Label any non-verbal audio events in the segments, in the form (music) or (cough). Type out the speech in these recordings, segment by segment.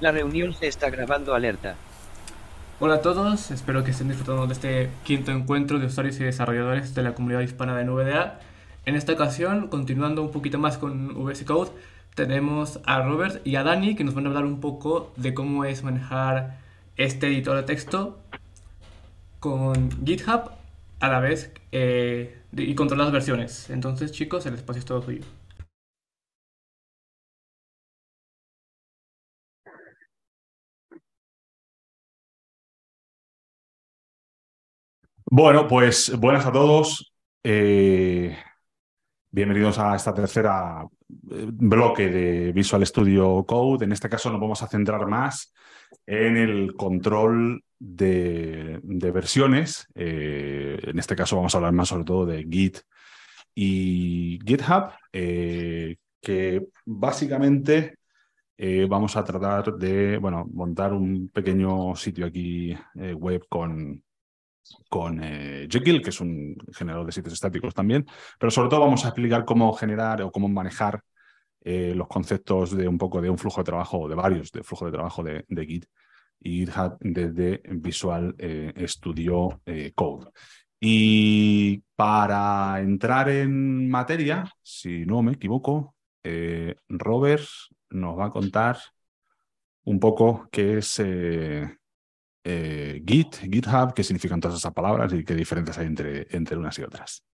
La reunión se está grabando alerta. Hola a todos, espero que estén disfrutando de este quinto encuentro de usuarios y desarrolladores de la comunidad hispana de NVDA. En esta ocasión, continuando un poquito más con VS Code, tenemos a Robert y a Dani que nos van a hablar un poco de cómo es manejar este editor de texto con GitHub a la vez eh, y controlar las versiones. Entonces, chicos, el espacio es todo suyo. Bueno, pues buenas a todos. Eh, bienvenidos a esta tercera eh, bloque de Visual Studio Code. En este caso nos vamos a centrar más en el control de, de versiones. Eh, en este caso vamos a hablar más sobre todo de Git y GitHub, eh, que básicamente eh, vamos a tratar de bueno, montar un pequeño sitio aquí eh, web con, con eh, Jekyll, que es un generador de sitios estáticos también, pero sobre todo vamos a explicar cómo generar o cómo manejar eh, los conceptos de un poco de un flujo de trabajo, o de varios de flujo de trabajo de, de Git y GitHub desde Visual eh, Studio Code. Y para entrar en materia, si no me equivoco, eh, Robert nos va a contar un poco qué es... Eh, Git, GitHub, qué significan todas esas palabras y qué diferencias hay entre, entre unas y otras.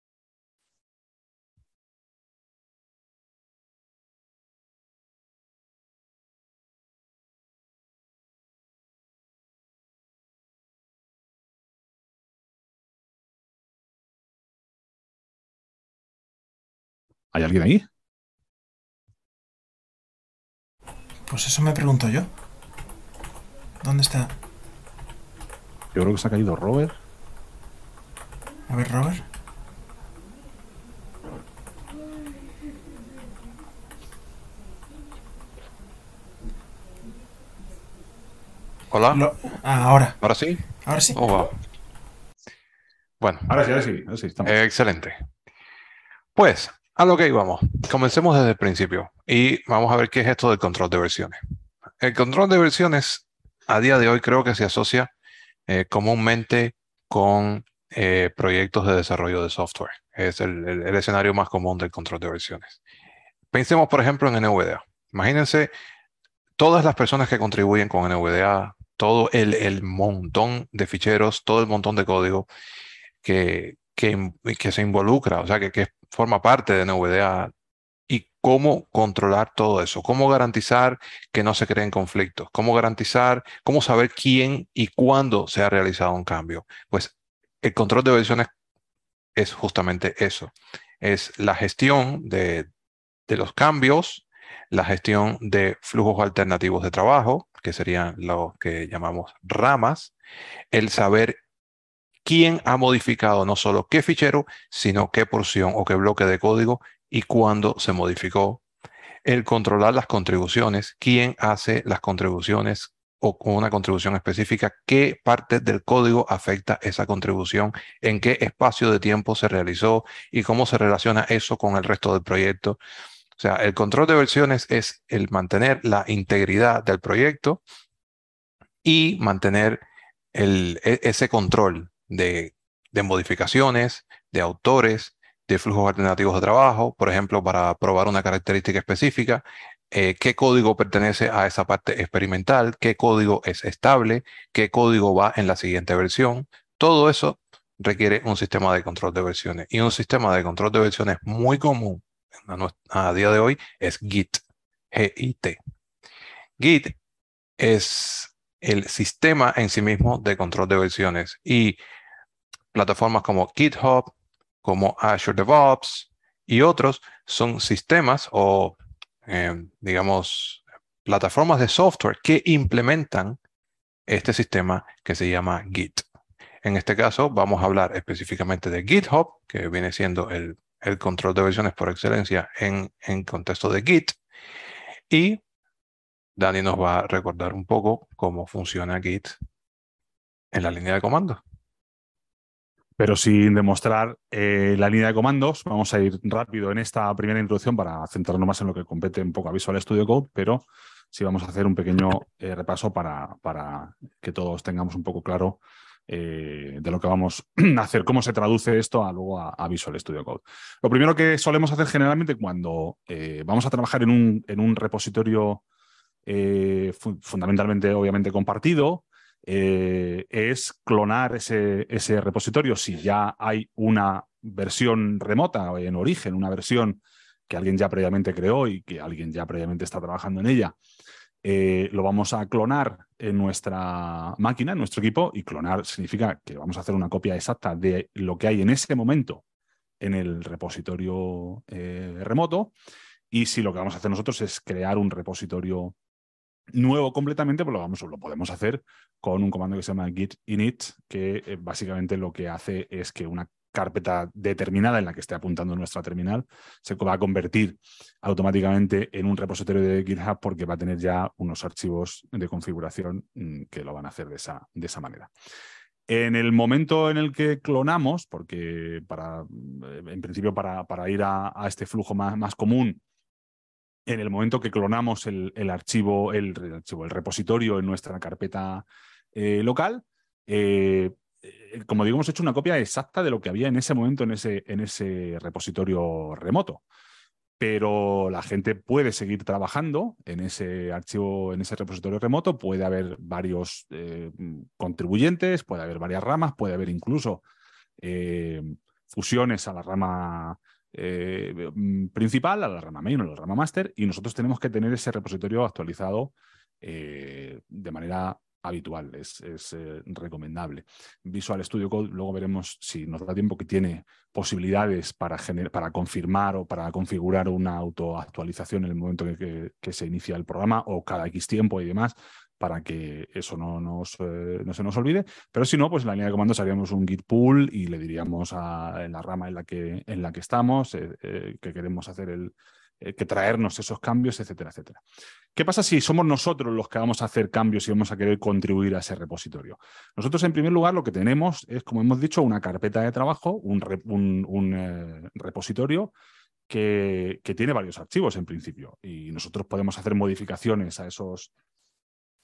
¿Hay alguien ahí? Pues eso me pregunto yo. ¿Dónde está? Yo creo que se ha caído Robert. A ver, Robert. Hola. Lo... Ah, ahora. ¿Ahora sí? Ahora sí. Oh, wow. Bueno. Ahora sí, ahora sí. Ahora sí estamos. Eh, excelente. Pues, a lo que íbamos. Comencemos desde el principio y vamos a ver qué es esto del control de versiones. El control de versiones a día de hoy creo que se asocia eh, comúnmente con eh, proyectos de desarrollo de software. Es el, el, el, escenario más común del control de versiones. Pensemos, por ejemplo, en NVDA. Imagínense todas las personas que contribuyen con NVDA, todo el, el montón de ficheros, todo el montón de código que, que, que se involucra, o sea, que, que forma parte de NVDA y cómo controlar todo eso, cómo garantizar que no se creen conflictos, cómo garantizar, cómo saber quién y cuándo se ha realizado un cambio. Pues el control de versiones es justamente eso, es la gestión de, de los cambios, la gestión de flujos alternativos de trabajo, que serían los que llamamos ramas, el saber quién ha modificado no solo qué fichero, sino qué porción o qué bloque de código y cuándo se modificó. El controlar las contribuciones, quién hace las contribuciones o una contribución específica, qué parte del código afecta esa contribución, en qué espacio de tiempo se realizó y cómo se relaciona eso con el resto del proyecto. O sea, el control de versiones es el mantener la integridad del proyecto y mantener el, e, ese control de, de modificaciones, de autores, de flujos alternativos de trabajo, por ejemplo, para probar una característica específica, eh, qué código pertenece a esa parte experimental, qué código es estable, qué código va en la siguiente versión. Todo eso requiere un sistema de control de versiones. Y un sistema de control de versiones muy común a, nuestra, a día de hoy es Git. G-I-T. Git es el sistema en sí mismo de control de versiones y plataformas como GitHub, como Azure DevOps y otros son sistemas o, eh, digamos, plataformas de software que implementan este sistema que se llama Git. En este caso, vamos a hablar específicamente de GitHub, que viene siendo el, el control de versiones por excelencia en, en contexto de Git. Y Dani nos va a recordar un poco cómo funciona Git en la línea de comando pero sin demostrar eh, la línea de comandos. Vamos a ir rápido en esta primera introducción para centrarnos más en lo que compete un poco a Visual Studio Code, pero sí vamos a hacer un pequeño eh, repaso para, para que todos tengamos un poco claro eh, de lo que vamos (clears throat) a hacer, cómo se traduce esto a luego a, a Visual Studio Code. Lo primero que solemos hacer generalmente cuando eh, vamos a trabajar en un, en un repositorio eh, fu- fundamentalmente, obviamente, compartido, eh, es clonar ese, ese repositorio. Si ya hay una versión remota en origen, una versión que alguien ya previamente creó y que alguien ya previamente está trabajando en ella, eh, lo vamos a clonar en nuestra máquina, en nuestro equipo, y clonar significa que vamos a hacer una copia exacta de lo que hay en ese momento en el repositorio eh, remoto. Y si lo que vamos a hacer nosotros es crear un repositorio nuevo completamente, pues lo, vamos, lo podemos hacer con un comando que se llama git init, que eh, básicamente lo que hace es que una carpeta determinada en la que esté apuntando nuestra terminal se va a convertir automáticamente en un repositorio de GitHub porque va a tener ya unos archivos de configuración mm, que lo van a hacer de esa, de esa manera. En el momento en el que clonamos, porque para, eh, en principio para, para ir a, a este flujo más, más común, en el momento que clonamos el, el archivo, el, el archivo, el repositorio en nuestra carpeta eh, local, eh, eh, como digo, hemos hecho una copia exacta de lo que había en ese momento en ese, en ese repositorio remoto. Pero la gente puede seguir trabajando en ese archivo, en ese repositorio remoto. Puede haber varios eh, contribuyentes, puede haber varias ramas, puede haber incluso eh, fusiones a la rama eh, mm, principal, a la rama main o a la rama master. Y nosotros tenemos que tener ese repositorio actualizado eh, de manera habitual. Es, es, eh, recomendable. Visual Studio Code, luego veremos si nos da tiempo que tiene posibilidades para, gener- para confirmar o para configurar una autoactualización en el momento que, que- que se inicia el programa o cada X tiempo y demás para que eso no, nos, eh, no se nos olvide. Pero si no, pues en la línea de comandos haríamos un git pull y le diríamos a en la rama en la que, en la que estamos, eh, eh, que queremos hacer el, eh, que traernos esos cambios, etcétera, etcétera. ¿Qué pasa si somos nosotros los que vamos a hacer cambios y vamos a querer contribuir a ese repositorio? Nosotros, en primer lugar, lo que tenemos es, como hemos dicho, una carpeta de trabajo, un, re- un- un, eh, repositorio que, que tiene varios archivos en principio. Y nosotros podemos hacer modificaciones a esos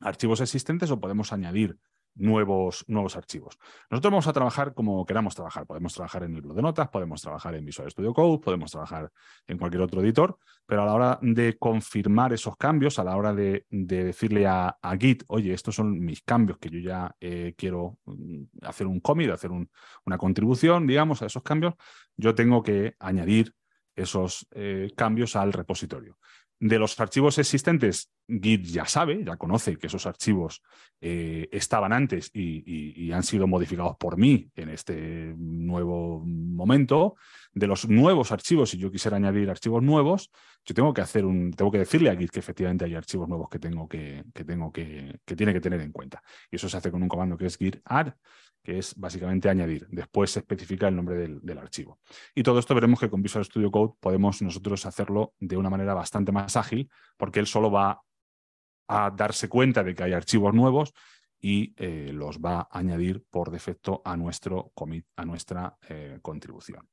archivos existentes o podemos añadir nuevos, nuevos archivos. Nosotros vamos a trabajar como queramos trabajar. Podemos trabajar en el blog de notas, podemos trabajar en Visual Studio Code, podemos trabajar en cualquier otro editor, pero a la hora de confirmar esos cambios, a la hora de, de decirle a, a Git, oye, estos son mis cambios que yo ya eh, quiero mm, hacer un commit, hacer un- una contribución, digamos, a esos cambios, yo tengo que añadir esos eh, cambios al repositorio. De los archivos existentes, Git ya sabe, ya conoce que esos archivos eh, estaban antes y, y- y han sido modificados por mí en este nuevo momento. De los nuevos archivos, si yo quisiera añadir archivos nuevos, yo tengo que hacer un, tengo que decirle a Git que efectivamente hay archivos nuevos que tengo que, que tengo que, que tiene que tener en cuenta. Y eso se hace con un comando que es git add, que es básicamente añadir. Después se especifica el nombre del, del archivo. Y todo esto veremos que con Visual Studio Code podemos nosotros hacerlo de una manera bastante más ágil, porque él solo va a darse cuenta de que hay archivos nuevos y eh, los va a añadir por defecto a nuestro commit, a nuestra eh, contribución.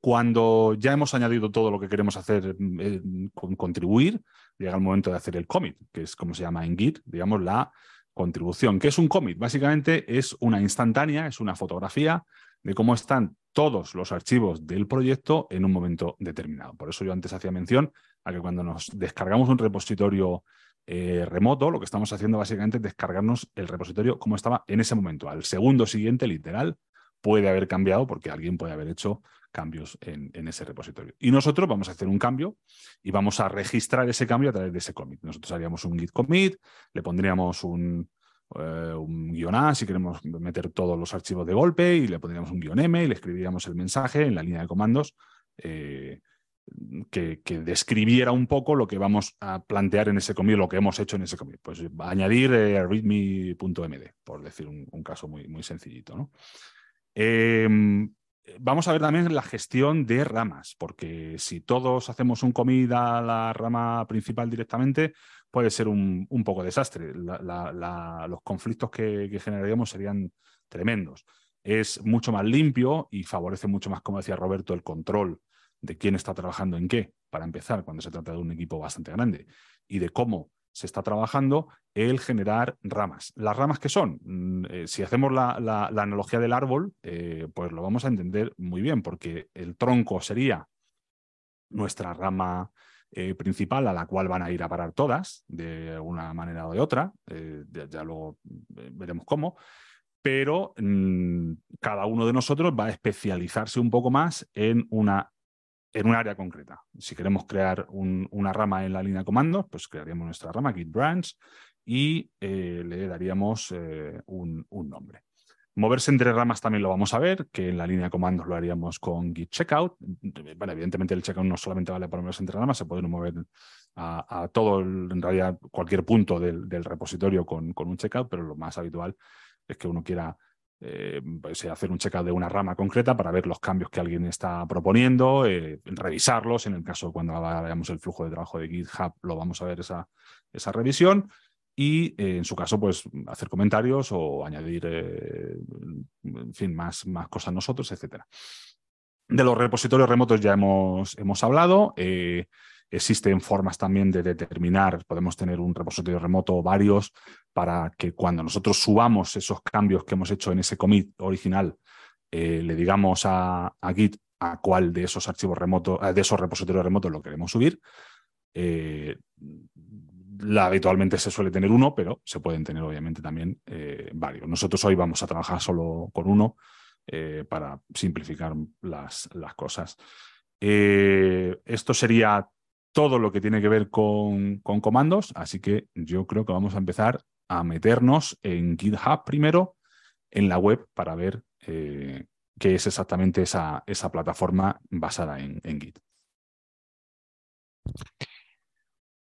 Cuando ya hemos añadido todo lo que queremos hacer, mm, eh, con- contribuir, llega el momento de hacer el commit, que es como se llama en Git, digamos, la contribución. ¿Qué es un commit? Básicamente es una instantánea, es una fotografía de cómo están todos los archivos del proyecto en un momento determinado. Por eso yo antes hacía mención a que cuando nos descargamos un repositorio eh, remoto, lo que estamos haciendo básicamente es descargarnos el repositorio como estaba en ese momento. Al segundo siguiente, literal, puede haber cambiado porque alguien puede haber hecho cambios en, en ese repositorio. Y nosotros vamos a hacer un cambio y vamos a registrar ese cambio a través de ese commit. Nosotros haríamos un git commit, le pondríamos un, eh, un guion A si queremos meter todos los archivos de golpe y le pondríamos un guion M y le escribiríamos el mensaje en la línea de comandos eh, que, que describiera un poco lo que vamos a plantear en ese commit, lo que hemos hecho en ese commit. Pues añadir eh, readme.md, por decir un, un caso muy, muy sencillito. ¿no? Em, vamos a ver también la gestión de ramas, porque si todos hacemos un commit a la rama principal directamente, puede ser un, un poco desastre. La- la- la- los conflictos que, que generaríamos serían tremendos. Es mucho más limpio y favorece mucho más, como decía Roberto, el control de quién está trabajando en qué. para empezar, cuando se trata de un equipo bastante grande, y de cómo se está trabajando el generar ramas. ¿Las ramas que son? Mm, eh, si hacemos la, la- la analogía del árbol, eh, pues lo vamos a entender muy bien, porque el tronco sería nuestra rama eh, principal a la cual van a ir a parar todas, de una manera o de otra, eh, ya, ya luego eh, veremos cómo, pero mm, cada uno de nosotros va a especializarse un poco más en una en un área concreta. Si queremos crear un- una rama en la línea de comandos, pues crearíamos nuestra rama, Git Branch, y eh, le daríamos eh, un, un nombre. Moverse entre ramas también lo vamos a ver, que en la línea de comandos lo haríamos con Git Checkout. Bueno, evidentemente el checkout no solamente vale para moverse entre ramas, se pueden mover a, a todo, el- en realidad, cualquier punto del, del repositorio con, con un checkout, pero lo más habitual es que uno quiera eh, pues, hacer un checkout de una rama concreta para ver los cambios que alguien está proponiendo, eh, revisarlos. En el caso, cuando veamos el flujo de trabajo de GitHub, lo vamos a ver esa, esa revisión. Y eh, en su caso, pues hacer comentarios o añadir, eh, en fin, más, más cosas nosotros, etcétera. De los repositorios remotos ya hemos, hemos hablado. eh, existen formas también de determinar, podemos tener un repositorio remoto o varios para que cuando nosotros subamos esos cambios que hemos hecho en ese commit original, eh, le digamos a, a Git a cuál de esos archivos remotos, eh, de esos repositorios remotos lo queremos subir. Eh, la- habitualmente se suele tener uno, pero se pueden tener obviamente también eh, varios. Nosotros hoy vamos a trabajar solo con uno eh, para simplificar las, las cosas. Eh, esto sería todo lo que tiene que ver con, con comandos, así que yo creo que vamos a empezar a meternos en GitHub primero, en la web, para ver eh, qué es exactamente esa, esa plataforma basada en, en Git.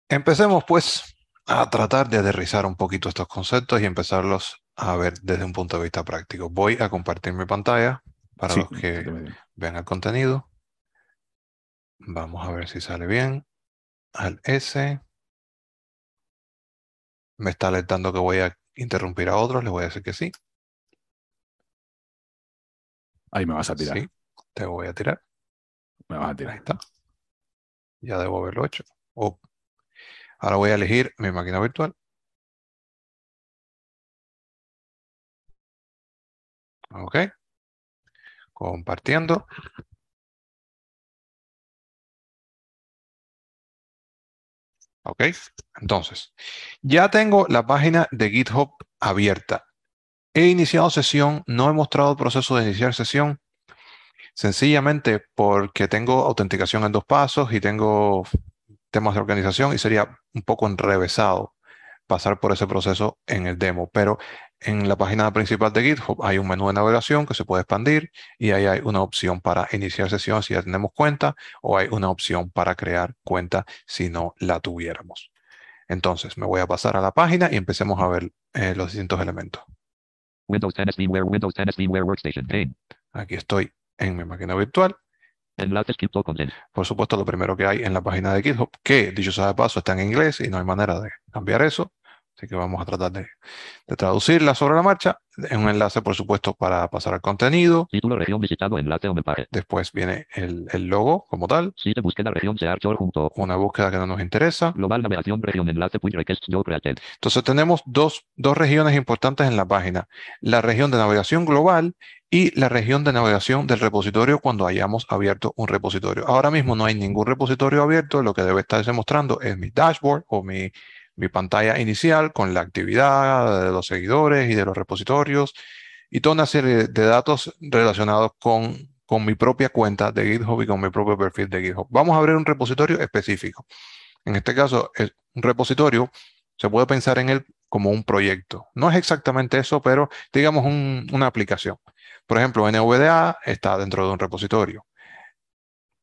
Empecemos pues a tratar de aterrizar un poquito estos conceptos y empezarlos a ver desde un punto de vista práctico. Voy a compartir mi pantalla para Sí, los que te veo. vean el contenido. Vamos a ver si sale bien. Al S. Me está alertando que voy a interrumpir a otros. Les voy a decir que sí. Ahí me vas a tirar. Sí, te voy a tirar. Me vas a Ahí tirar. está. Ya debo haberlo hecho. Oh. Ahora voy a elegir mi máquina virtual. Ok. Compartiendo. Ok. Entonces, ya tengo la página de GitHub abierta. He iniciado sesión, no he mostrado el proceso de iniciar sesión. Sencillamente porque tengo autenticación en dos pasos y tengo temas de organización y sería un poco enrevesado pasar por ese proceso en el demo. Pero en la página principal de GitHub hay un menú de navegación que se puede expandir y ahí hay una opción para iniciar sesión si ya tenemos cuenta o hay una opción para crear cuenta si no la tuviéramos. Entonces me voy a pasar a la página y empecemos a ver eh, los distintos elementos. Windows 10 SDware, Windows 10 SDware workstation, pane. Aquí estoy en mi máquina virtual. Enlaces cripto con link. por supuesto, lo primero que hay en la página de GitHub, que dicho sea de paso, está en inglés y no hay manera de cambiar eso. Así que vamos a tratar de, de traducirla sobre la marcha. Un enlace, por supuesto, para pasar al contenido. Título, región visitado, enlace o mensaje. Después viene el, el logo como tal, Site búsqueda, región searchor junto. una búsqueda que no nos interesa. Global navegación, región enlace, push request, yo created. Entonces tenemos dos, dos regiones importantes en la página. La región de navegación global y la región de navegación del repositorio cuando hayamos abierto un repositorio. Ahora mismo no hay ningún repositorio abierto, lo que debe estarse mostrando es mi dashboard o mi, mi pantalla inicial con la actividad de los seguidores y de los repositorios y toda una serie de datos relacionados con, con mi propia cuenta de GitHub y con mi propio perfil de GitHub. Vamos a abrir un repositorio específico. En este caso, es un repositorio se puede pensar en él como un proyecto. No es exactamente eso, pero digamos un- una aplicación. Por ejemplo, NVDA está dentro de un repositorio.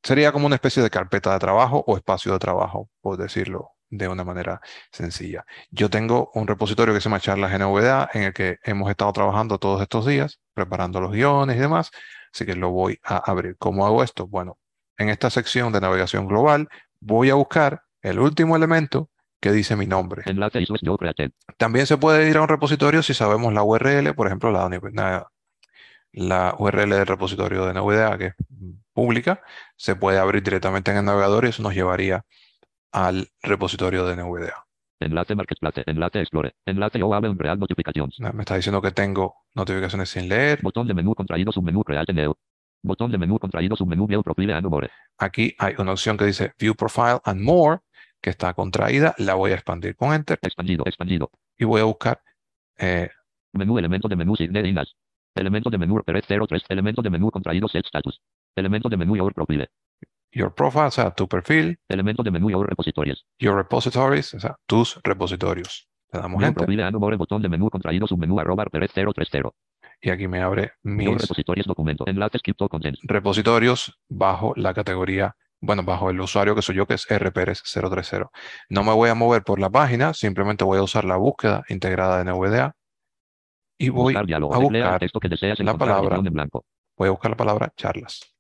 Sería como una especie de carpeta de trabajo o espacio de trabajo, por decirlo de una manera sencilla. Yo tengo un repositorio que se llama Charlas NVDA, en el que hemos estado trabajando todos estos días, preparando los guiones y demás, así que lo voy a abrir. ¿Cómo hago esto? Bueno, en esta sección de navegación global voy a buscar el último elemento que dice mi nombre. Enlace y yo created. También se puede ir a un repositorio si sabemos la URL, por ejemplo, la, uni- na- la URL del repositorio de NVDA, que es pública, se puede abrir directamente en el navegador y eso nos llevaría al repositorio de NVDA. Enlace Marketplace. Enlace Explore. Enlace OAM Real Notifications. Ah, Me está diciendo que tengo notificaciones sin leer. Botón de menú contraído submenú Create New. Botón de menú contraído submenú View Profile and More. Aquí hay una opción que dice View Profile and More, que está contraída. La voy a expandir con Enter Expandido. Expandido. y voy a buscar eh, Menú elemento de menú Signe Image. Elemento de menú Pérez 03. Elemento de menú contraído Set Status. Elemento de menú Your Profile. Your Profile, o sea, tu perfil, Elemento de menú Your Repositories. Your Repositories, o sea, tus repositorios. Le damos View Enter Profile and More. Botón de menú contraído submenú arroba Pérez 030. y aquí me abre Your mis Repositories documento. Enlace Skip to Contents. repositorios bajo la categoría, bueno, bajo el usuario que soy yo, que es rperez030. No me voy a mover por la página, simplemente voy a usar la búsqueda integrada de NVDA y voy, Buscar diálogo. a Teclea buscar el texto que deseas la encontrar. palabra. edición en blanco. voy a buscar la palabra charlas.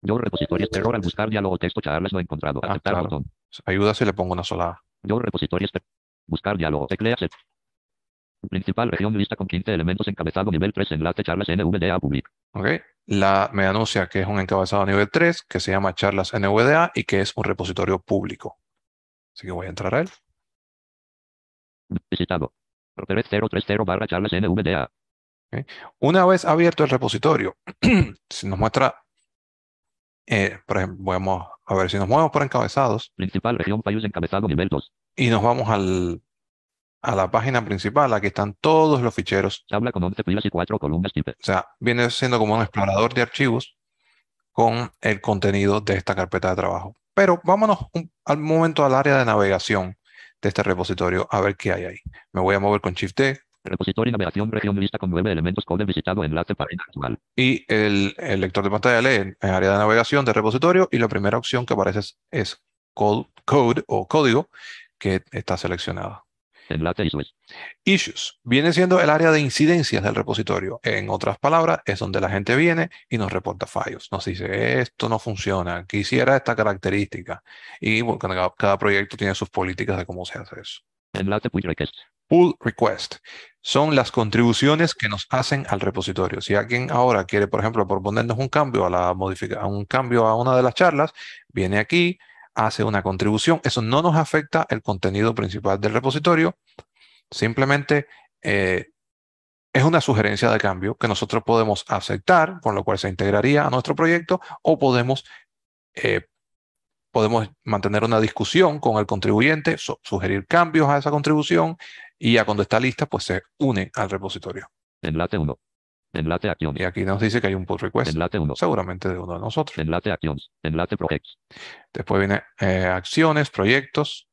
Your Repositories. Error al buscar diálogo texto charlas no encontrado. Este. Ah, Aceptar claro. botón. Ayuda si le pongo una sola A. Yo repositorios. per- Buscar diálogo. Teclea set. Principal región lista con 15 elementos encabezado nivel 3 enlace charlas NVDA public. ¿ok? La, me anuncia que es un encabezado nivel 3 que se llama charlas NVDA y que es un repositorio público. Así que voy a entrar a él. Visitado. Pérez 030 barra charlas NVDA. Una vez abierto el repositorio, (clears throat) si nos muestra, eh, por ejemplo, vamos a ver si nos movemos por encabezados Principal región files encabezado nivel 2. y nos vamos al, a la página principal, aquí están todos los ficheros. Tabla con 11 filas y 4 columnas tipe. O sea, viene siendo como un explorador de archivos con el contenido de esta carpeta de trabajo. Pero vámonos un- al momento al área de navegación de este repositorio a ver qué hay ahí. Me voy a mover con Shift E D Repositorio navegación región lista con 9 elementos code visitado enlace página actual. y el, el lector de pantalla lee en área de navegación de repositorio y la primera opción que aparece es, es code, code o código que está seleccionada. Enlace issues. Issues viene siendo el área de incidencias del repositorio. En otras palabras, es donde la gente viene y nos reporta fallos. Nos dice, esto no funciona, quisiera esta característica. Y bueno, cada, cada proyecto tiene sus políticas de cómo se hace eso. Enlace push request. Pull request son las contribuciones que nos hacen al repositorio. Si alguien ahora quiere, por ejemplo, proponernos un cambio a la modifica- a un cambio a una de las charlas, viene aquí, hace una contribución. Eso no nos afecta el contenido principal del repositorio. Simplemente eh, es una sugerencia de cambio que nosotros podemos aceptar, con lo cual se integraría a nuestro proyecto, o podemos eh, podemos mantener una discusión con el contribuyente, su- sugerir cambios a esa contribución y ya cuando está lista, pues se une al repositorio. Enlace 1. Enlace acción. Y aquí nos dice que hay un pull request, Enlace 1. seguramente de uno de nosotros. Enlace actions. Enlace projects. Después viene eh, acciones, proyectos.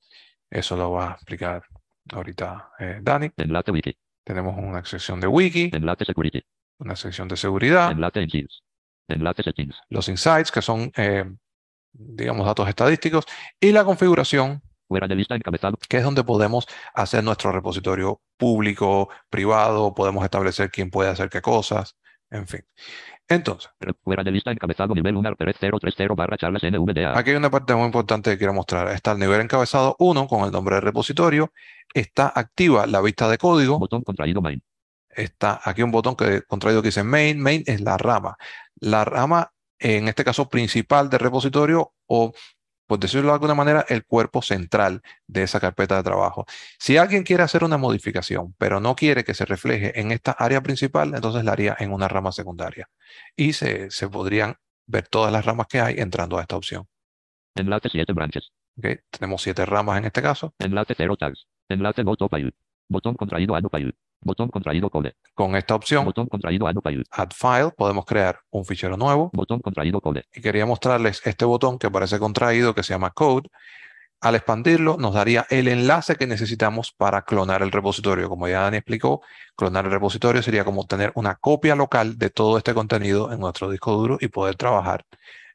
Eso lo va a explicar ahorita eh, Dani. Enlace wiki. Tenemos una sección de wiki, Enlace security. una sección de seguridad, Enlace engines. Enlace settings. los insights, que son, eh, digamos, datos estadísticos, y la configuración, Fuera de lista encabezado. que es donde podemos hacer nuestro repositorio público, privado, podemos establecer quién puede hacer qué cosas, en fin. Entonces, Re- Fuera de lista encabezado nivel 1 3030 barra charlas NVDA. aquí hay una parte muy importante que quiero mostrar. Está el nivel encabezado 1 con el nombre del repositorio, está activa la vista de código, Botón contraído main. está aquí un botón que contraído que dice main, main es la rama. La rama, en este caso, principal del repositorio o, por decirlo de alguna manera, el cuerpo central de esa carpeta de trabajo. Si alguien quiere hacer una modificación, pero no quiere que se refleje en esta área principal, entonces la haría en una rama secundaria. Y se, se podrían ver todas las ramas que hay entrando a esta opción. Enlace 7 branches. ¿ok? Tenemos siete ramas en este caso. Enlace 0 tags. Enlace go to file. Botón contraído add file. Botón contraído code. Con esta opción, Botón contraído add file. Add File, podemos crear un fichero nuevo. Botón contraído code. y quería mostrarles este botón que parece contraído, que se llama Code. Al expandirlo, nos daría el enlace que necesitamos para clonar el repositorio. Como ya Dani explicó, clonar el repositorio sería como tener una copia local de todo este contenido en nuestro disco duro y poder trabajar.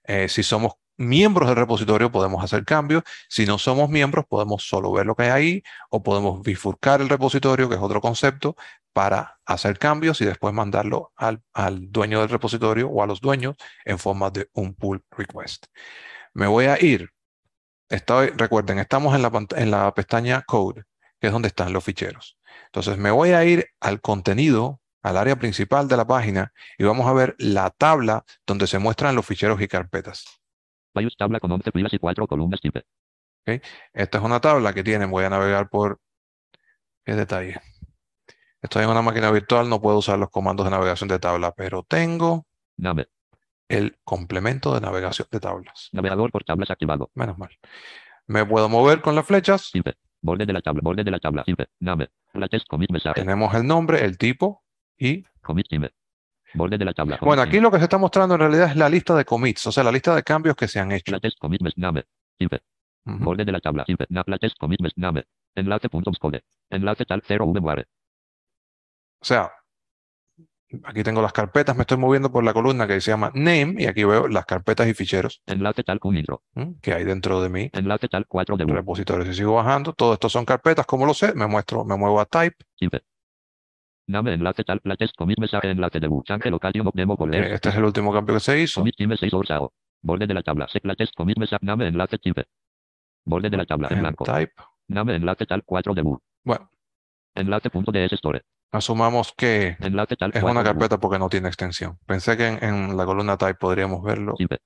Eh, si somos miembros del repositorio, podemos hacer cambios. Si no somos miembros, podemos solo ver lo que hay ahí o podemos bifurcar el repositorio, que es otro concepto, para hacer cambios y después mandarlo al- al dueño del repositorio o a los dueños en forma de un pull request. Me voy a ir. Estoy, recuerden, estamos en la, pant- en la pestaña Code, que es donde están los ficheros. Entonces me voy a ir al contenido al área principal de la página y vamos a ver la tabla donde se muestran los ficheros y carpetas. BIOS tabla con 11 filas y 4 columnas tipo. Esta es una tabla que tienen. Voy a navegar por qué detalle. Estoy en una máquina virtual, no puedo usar los comandos de navegación de tabla, pero tengo Name. el complemento de navegación de tablas. Navegador por tablas activado. Menos mal. Me puedo mover con las flechas. Simple. Borde de la tabla. Borde de la tabla. Simple. Name. Plates. Commit mensaje. Tenemos el nombre, el tipo y... Commit time. Borde de la tabla. commit Bueno, time. aquí lo que se está mostrando en realidad es la lista de commits, o sea, la lista de cambios que se han hecho. Plates. Commit mes- Name. Simple. Ujú. Borde de la tabla. Simple. Na plates. Commit mes- Name. Enlace punto code. Enlace tal 0 VMware. O sea, aquí tengo las carpetas, me estoy moviendo por la columna que se llama Name y aquí veo las carpetas y ficheros Enlace tal con intro. ¿m? que hay dentro de mi Enlace tal 4 de web. repositorio. Si sigo bajando, todo esto son carpetas, como lo sé, me muestro, me muevo a Type. Simple. Name. Enlace tal plates. Commit mensaje. Enlace de web. Change location of demo Eh, folder. Este es el último cambio que se hizo. Commit time 6 hours ago. Borde de la tabla. Se plates. Commit mensaje. Name. Enlace simple. Borde de la tabla. En En blanco. Type. Name. Enlace tal 4 de web. Bueno, Enlace punto de store. asumamos que Enlace tal es 4 una de web. carpeta porque no tiene extensión. Pensé que en, en la columna Type podríamos verlo, Simple.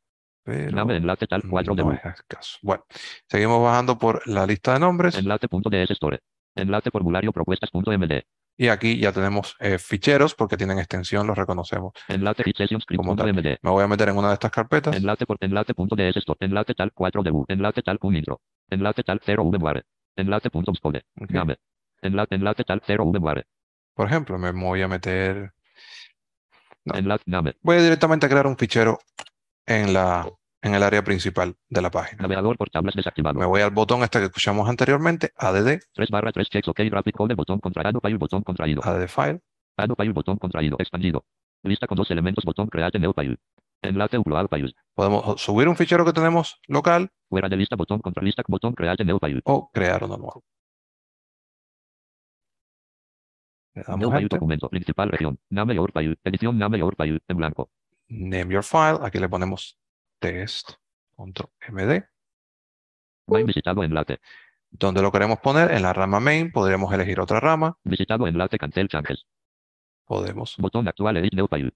pero Name. Enlace tal 4 de no web. es el caso. Bueno, seguimos bajando por la lista de nombres. Enlace punto de store. Enlace formulario propuestas punto md. Y aquí ya tenemos eh, ficheros porque tienen extensión, los reconocemos. Enlace hit session script Como punto tal. md. Me voy a meter en una de estas carpetas. Enlace por enlace punto de store. Enlace tal 4 de web. Enlace tal un intro. Enlace tal 0 vmware. Enlace punto code. Ok. Name. Enlace, enlace tal 0 vmware. Por ejemplo, me voy a meter. No. Enlace name. Voy a directamente a crear un fichero en, la, en el área principal de la página. Navegador por tablas Me desactivado. voy al botón este que escuchamos anteriormente, ADD, 3 barra 3 checks OK rapid code botón contra add file botón contraído. ADD File. Add file botón contraído. Expandido. Lista con dos elementos botón create new file. Enlace upload file. Podemos subir un fichero que tenemos local Fuera de lista botón contra lista botón create new file. o crear uno nuevo. Le New damos a file este, documento principal región. Name your file. Edición name your file. En blanco. Name Your File. Aquí le ponemos test, control MD. Main visitado enlace. Donde lo queremos poner en la rama main, podríamos elegir otra rama. Visitado enlace cancel changes. Podemos, Botón actual edit new file.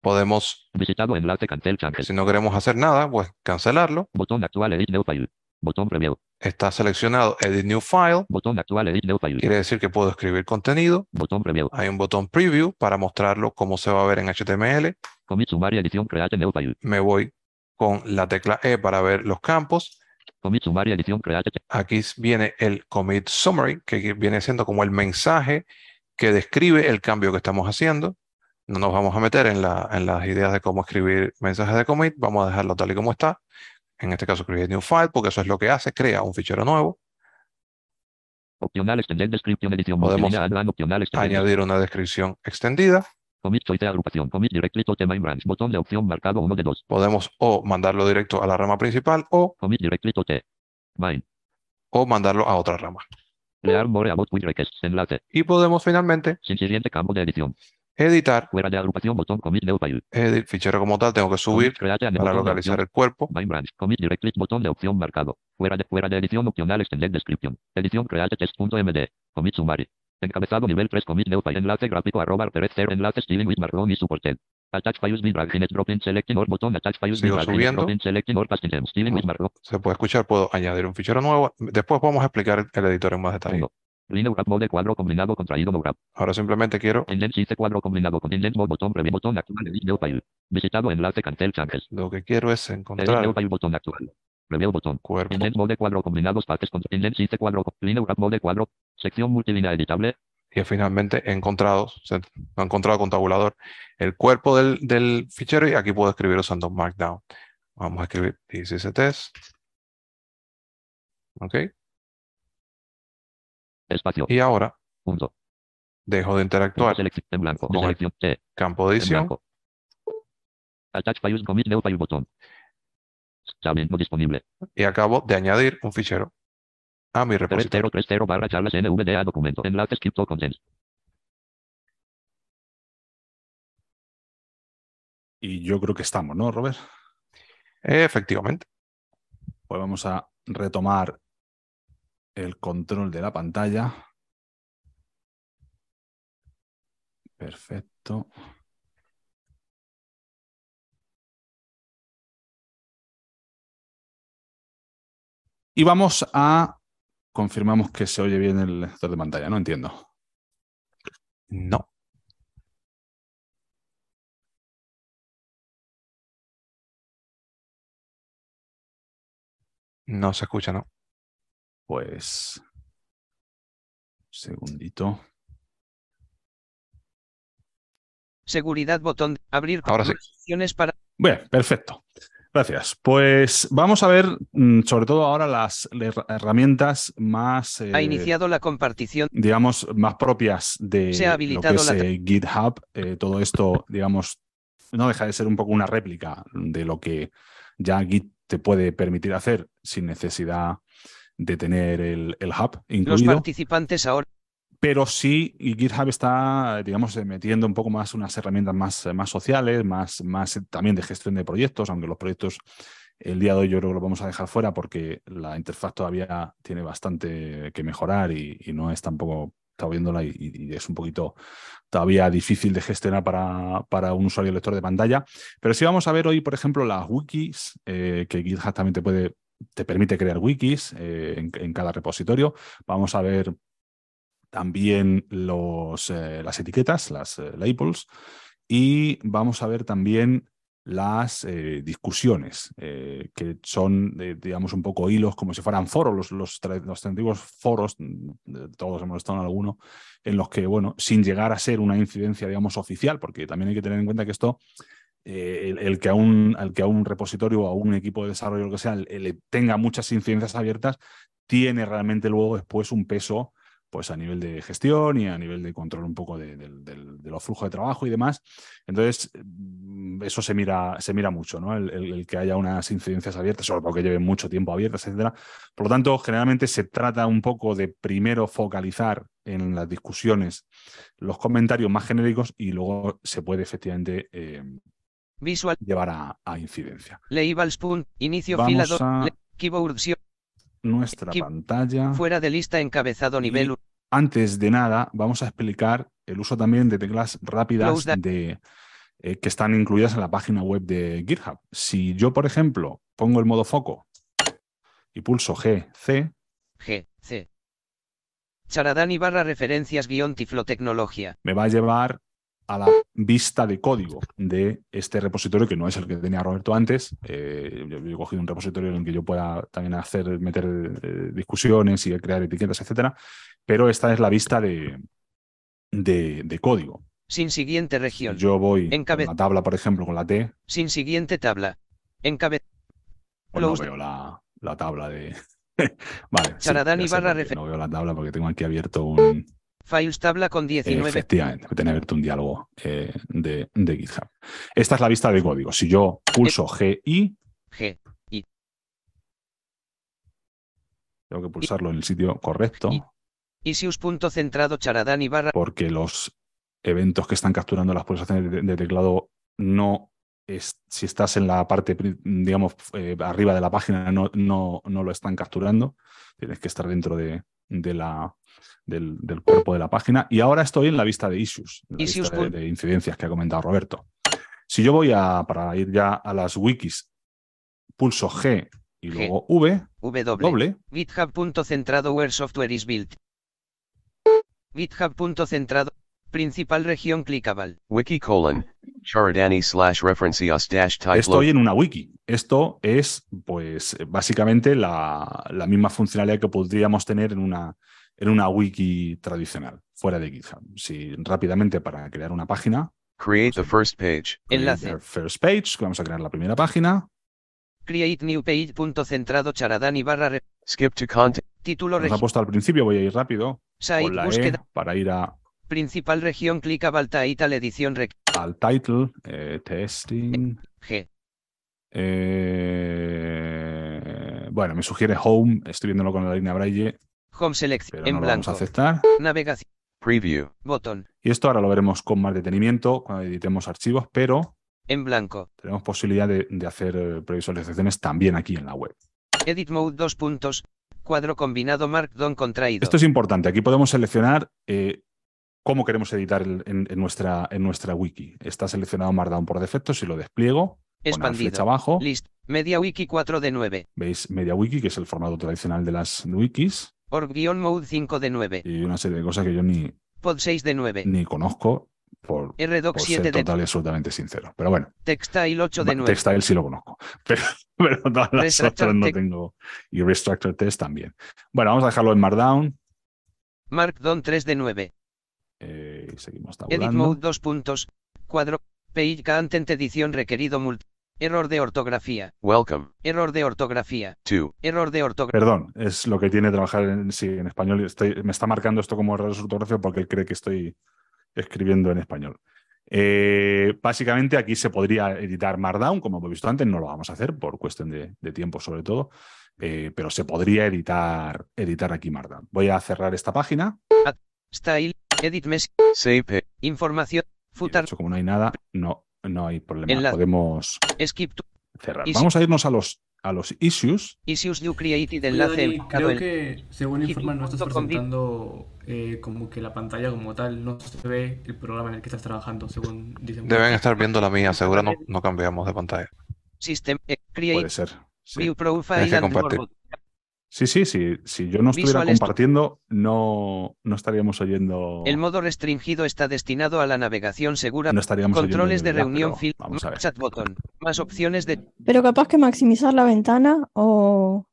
podemos, Visitado enlace cancel changes. si no queremos hacer nada, pues cancelarlo. Botón actual edit new file. Botón preview. Está seleccionado Edit New File. Botón actual edit new file. Quiere decir que puedo escribir contenido. Botón preview. Hay un botón Preview para mostrarlo cómo se va a ver en HTML. Commit sumaria edición create new file. Me voy con la tecla E para ver los campos. Commit sumaria edición create. te- Aquí s- viene el Commit Summary, que viene siendo como el mensaje que describe el cambio que estamos haciendo. No nos vamos a meter en, la- en las ideas de cómo escribir mensajes de commit. Vamos a dejarlo tal y como está. En este caso, Create New File, porque eso es lo que hace, crea un fichero nuevo. Opcional extender description edición. Podemos multilínea add-on opcional extender. añadir una descripción extendida. Commit choice agrupación. Commit directly to the main branch. Botón de opción marcado 1 de 2. Podemos o mandarlo directo a la rama principal o, Commit directly to the main. o mandarlo a otra rama. Lear more about with requests. Enlace. Y podemos finalmente Sin siguiente campo de edición. editar, Fuera de agrupación. Botón commit new file. edit fichero como tal, tengo que subir Commit create and para botón de localizar opción. el cuerpo. Main branch. Commit direct click botón de opción marcado. Fuera de, fuera de edición opcional extender description. Edición create test.md. Commit summary. Encabezado nivel 3 commit new file. Enlace gráfico arroba 0 enlace stealing with marrón y supported. Attach files with drag in drop in selecting or botón attach files with Sigo drag in subiendo. drop in selecting or pasting them stealing with marrón. Se puede escuchar, puedo añadir un fichero nuevo. Después vamos a explicar el- el editor en más detalle. Uno. Line wrap mode cuadro combinado contraído no wrap. Ahora simplemente quiero, Indent shift cuadro combinado con indent mode botón preview botón actual edit new file. Visitado enlace cancel changes. lo que quiero es Edit new encontrar file botón actual. Preview botón. cuerpo. Indent mode cuadro combinados partes con indent shift cuadro con- line wrap mode cuadro. Sección multilínea editable. Y finalmente he encontrado, se- he encontrado con tabulador el cuerpo del, del fichero y aquí puedo escribir usando Markdown. Vamos a escribir test. Ok. Espacio. Y ahora Punto. dejo de Punto interactuar. selección en blanco. Vamos a ver. Selección T. Campo de En edición. blanco. Attach files commit new file botón. Saben, no disponible. Y acabo de añadir un fichero a mi repositorio. 3030 barra charlas NVDA documento. Enlace script to content. Y yo creo que estamos, ¿no, Robert? este Efectivamente. Pues vamos a retomar el control de la pantalla. Perfecto. Esto. Y vamos a. Confirmamos que se oye bien el lector de pantalla, no entiendo. No. No se escucha, ¿no? Pues. Segundito. Seguridad botón. Abrir Ahora sí. conversaciones para. Bien, perfecto. Gracias. Pues vamos a ver, mm, sobre todo ahora, las her- herramientas más. Ha eh, iniciado la compartición. digamos, más propias de Se ha lo habilitado que es la- eh, GitHub. Eh, todo esto, digamos, no deja de ser un poco una réplica de lo que ya Git te puede permitir hacer sin necesidad de tener el, el hub Los incluido. participantes ahora. Pero sí, y GitHub está, digamos, eh, metiendo un poco más unas herramientas más, eh, más sociales, más, más eh, también de gestión de proyectos, aunque los proyectos el día de hoy yo creo que lo vamos a dejar fuera porque la interfaz todavía tiene bastante que mejorar y, y no es tampoco, estaba viéndola y, y es un poquito todavía difícil de gestionar para, para un usuario lector de pantalla. Pero sí vamos a ver hoy, por ejemplo, las wikis, eh, que GitHub también te puede, te permite crear wikis eh, en- en cada repositorio. Vamos a ver también los, eh, las etiquetas, las eh, labels, y vamos a ver también las eh, discusiones, eh, que son, eh, digamos, un poco hilos, como si fueran foros, los, los, tra- los antiguos foros, mm, eh, todos hemos estado en alguno, en los que, bueno, sin llegar a ser una incidencia, digamos, oficial, porque también hay que tener en cuenta que esto, eh, el, el que a un, al que a un repositorio o a un equipo de desarrollo, lo que sea, le- le tenga muchas incidencias abiertas, tiene realmente luego después un peso pues a nivel de gestión y a nivel de control un poco de, del- del- de los flujos de trabajo y demás. Entonces, mm, eso se mira, se mira mucho, ¿no? El, el- el que haya unas incidencias abiertas, sobre todo que lleven mucho tiempo abiertas, etcétera. Por lo tanto, generalmente se trata un poco de primero focalizar en las discusiones los comentarios más genéricos y luego se puede efectivamente eh, Visual. llevar a, a incidencia. Label Spoon. Inicio Vamos fila 2. a- Ah. Keyboard sí, Nuestra Aquí- pantalla. Fuera de lista encabezado nivel. uno. antes de nada, vamos a explicar el uso también de teclas rápidas Close that. de, eh, que están incluidas en la página web de GitHub. Si yo, por ejemplo, pongo el modo foco y pulso G, C, G. C. Charadani barra referencias guión tiflotecnología. me va a llevar a la vista de código de este repositorio, que no es el que tenía Roberto antes. Eh, yo, yo he cogido un repositorio en el que yo pueda también hacer, meter eh, discusiones y crear etiquetas, etcétera. Pero esta es la vista de, de- de código. Sin siguiente región. Yo voy En con cabe- la tabla, por ejemplo, con la T, Sin siguiente tabla. Encabe. pues no Close. veo la, la tabla de. (laughs) vale. sí, Saradán ya sé Ibarra por qué refer- No veo la tabla porque tengo aquí abierto un. Files tabla con eh, 19. efectivamente, tenía abierto un diálogo eh, de, de GitHub. Esta es la vista de código. Si yo pulso Eh, GI, G. tengo que pulsarlo en el sitio correcto Y- Isius punto centrado charadani barra. porque los eventos que están capturando las pulsaciones de, de teclado no. es- si estás en la parte, pri- digamos, eh, arriba de la página, no, no, no lo están capturando. Tienes que estar dentro de, de la, del, del cuerpo de la página. Y ahora estoy en la vista de issues, en la Issues vista de, por- de incidencias que ha comentado Roberto. Si yo voy a, para ir ya a las wikis, pulso G y G. luego V, W. doble, GitHub punto centrado where software is built. GitHub punto centrado. Principal región clicable. Wiki colon, Charadani slash referencias dash type Estoy en una wiki. Esto es, pues, básicamente la, la misma funcionalidad que podríamos tener en una, en una wiki tradicional, fuera de GitHub. Si rápidamente para crear una página, Create the first page. Enlace. create first page, vamos a crear la primera página, Create new page punto centrado charadani barra. re- Skip to content. Título nos ha región. puesto al principio, voy a ir rápido, Site con la E búsqueda. para ir a, Principal región clicable title edición rec. al title, eh, testing. G. eh, bueno, me sugiere home, estoy viéndolo con la línea Braille, Home select. pero En no lo vamos a blanco. aceptar. Navegación. Preview. Botón. Y esto ahora lo veremos con más detenimiento cuando editemos archivos, pero En blanco. tenemos posibilidad de, de hacer eh, previsualizaciones también aquí en la web. Edit mode dos puntos. Cuadro combinado markdown contraído. Esto es importante. Aquí podemos seleccionar eh, cómo queremos editar el- en, en nuestra, en nuestra wiki. Está seleccionado Markdown por defecto. Si lo despliego, con la flecha Expandido. abajo, List. Media wiki 4 de 9. veis media wiki, que es el formato tradicional de las wikis, Org-mode 5 de 9. y una serie de cosas que yo ni, Pod 6 de 9. ni conozco, por, RDoc Mm. por ser 7 de total y absolutamente sincero. Pero bueno, Textile 8 de Ba- 9. Textile sí lo conozco, (laughs) pero, pero todas las Restructure otras no Tech. tengo. Y Restructure Test también. Bueno, vamos a dejarlo en Markdown. Markdown 3 de 9. Eh, seguimos Edit tabulando. mode 2 puntos. Cuadro. Page content edición requerido mult. Error de ortografía. Welcome Error de ortografía. to Error de ortografía. Perdón, es lo que tiene trabajar en, sí, en español. Estoy- me está marcando esto como errores ortográficos porque él cree que estoy escribiendo en español. Eh, básicamente aquí se podría editar Markdown, como hemos visto antes, no lo vamos a hacer por cuestión de, de tiempo sobre todo, eh, pero se podría editar, editar aquí Markdown. Voy a cerrar esta página. Style. Edit mes. save pic Información. Y, de Footer. hecho, como no hay nada, no, no hay problema. Enlace. Podemos Skip to. cerrar. Issues. Vamos a irnos a los, a los issues. Issues you created. Oye, Enlace. Dani, enmarcado creo en- que según informan no estás Gmail.com. presentando eh, como que la pantalla como tal, no se ve el programa en el que estás trabajando, según dicen. Deben estar viendo la mía, seguro no, no cambiamos de pantalla. System. eh, Puede create. ser. Pues Sí. View Tienes profile. que and compartir. more. Sí, sí, sí. Si yo no estuviera Visual Studio. compartiendo, no, no estaríamos oyendo. El modo restringido está destinado a la navegación segura. no estaríamos oyendo Controles de verdad, reunión. pero Field. Vamos a ver. Chat button. Más opciones de. Pero capaz que maximizar la ventana o,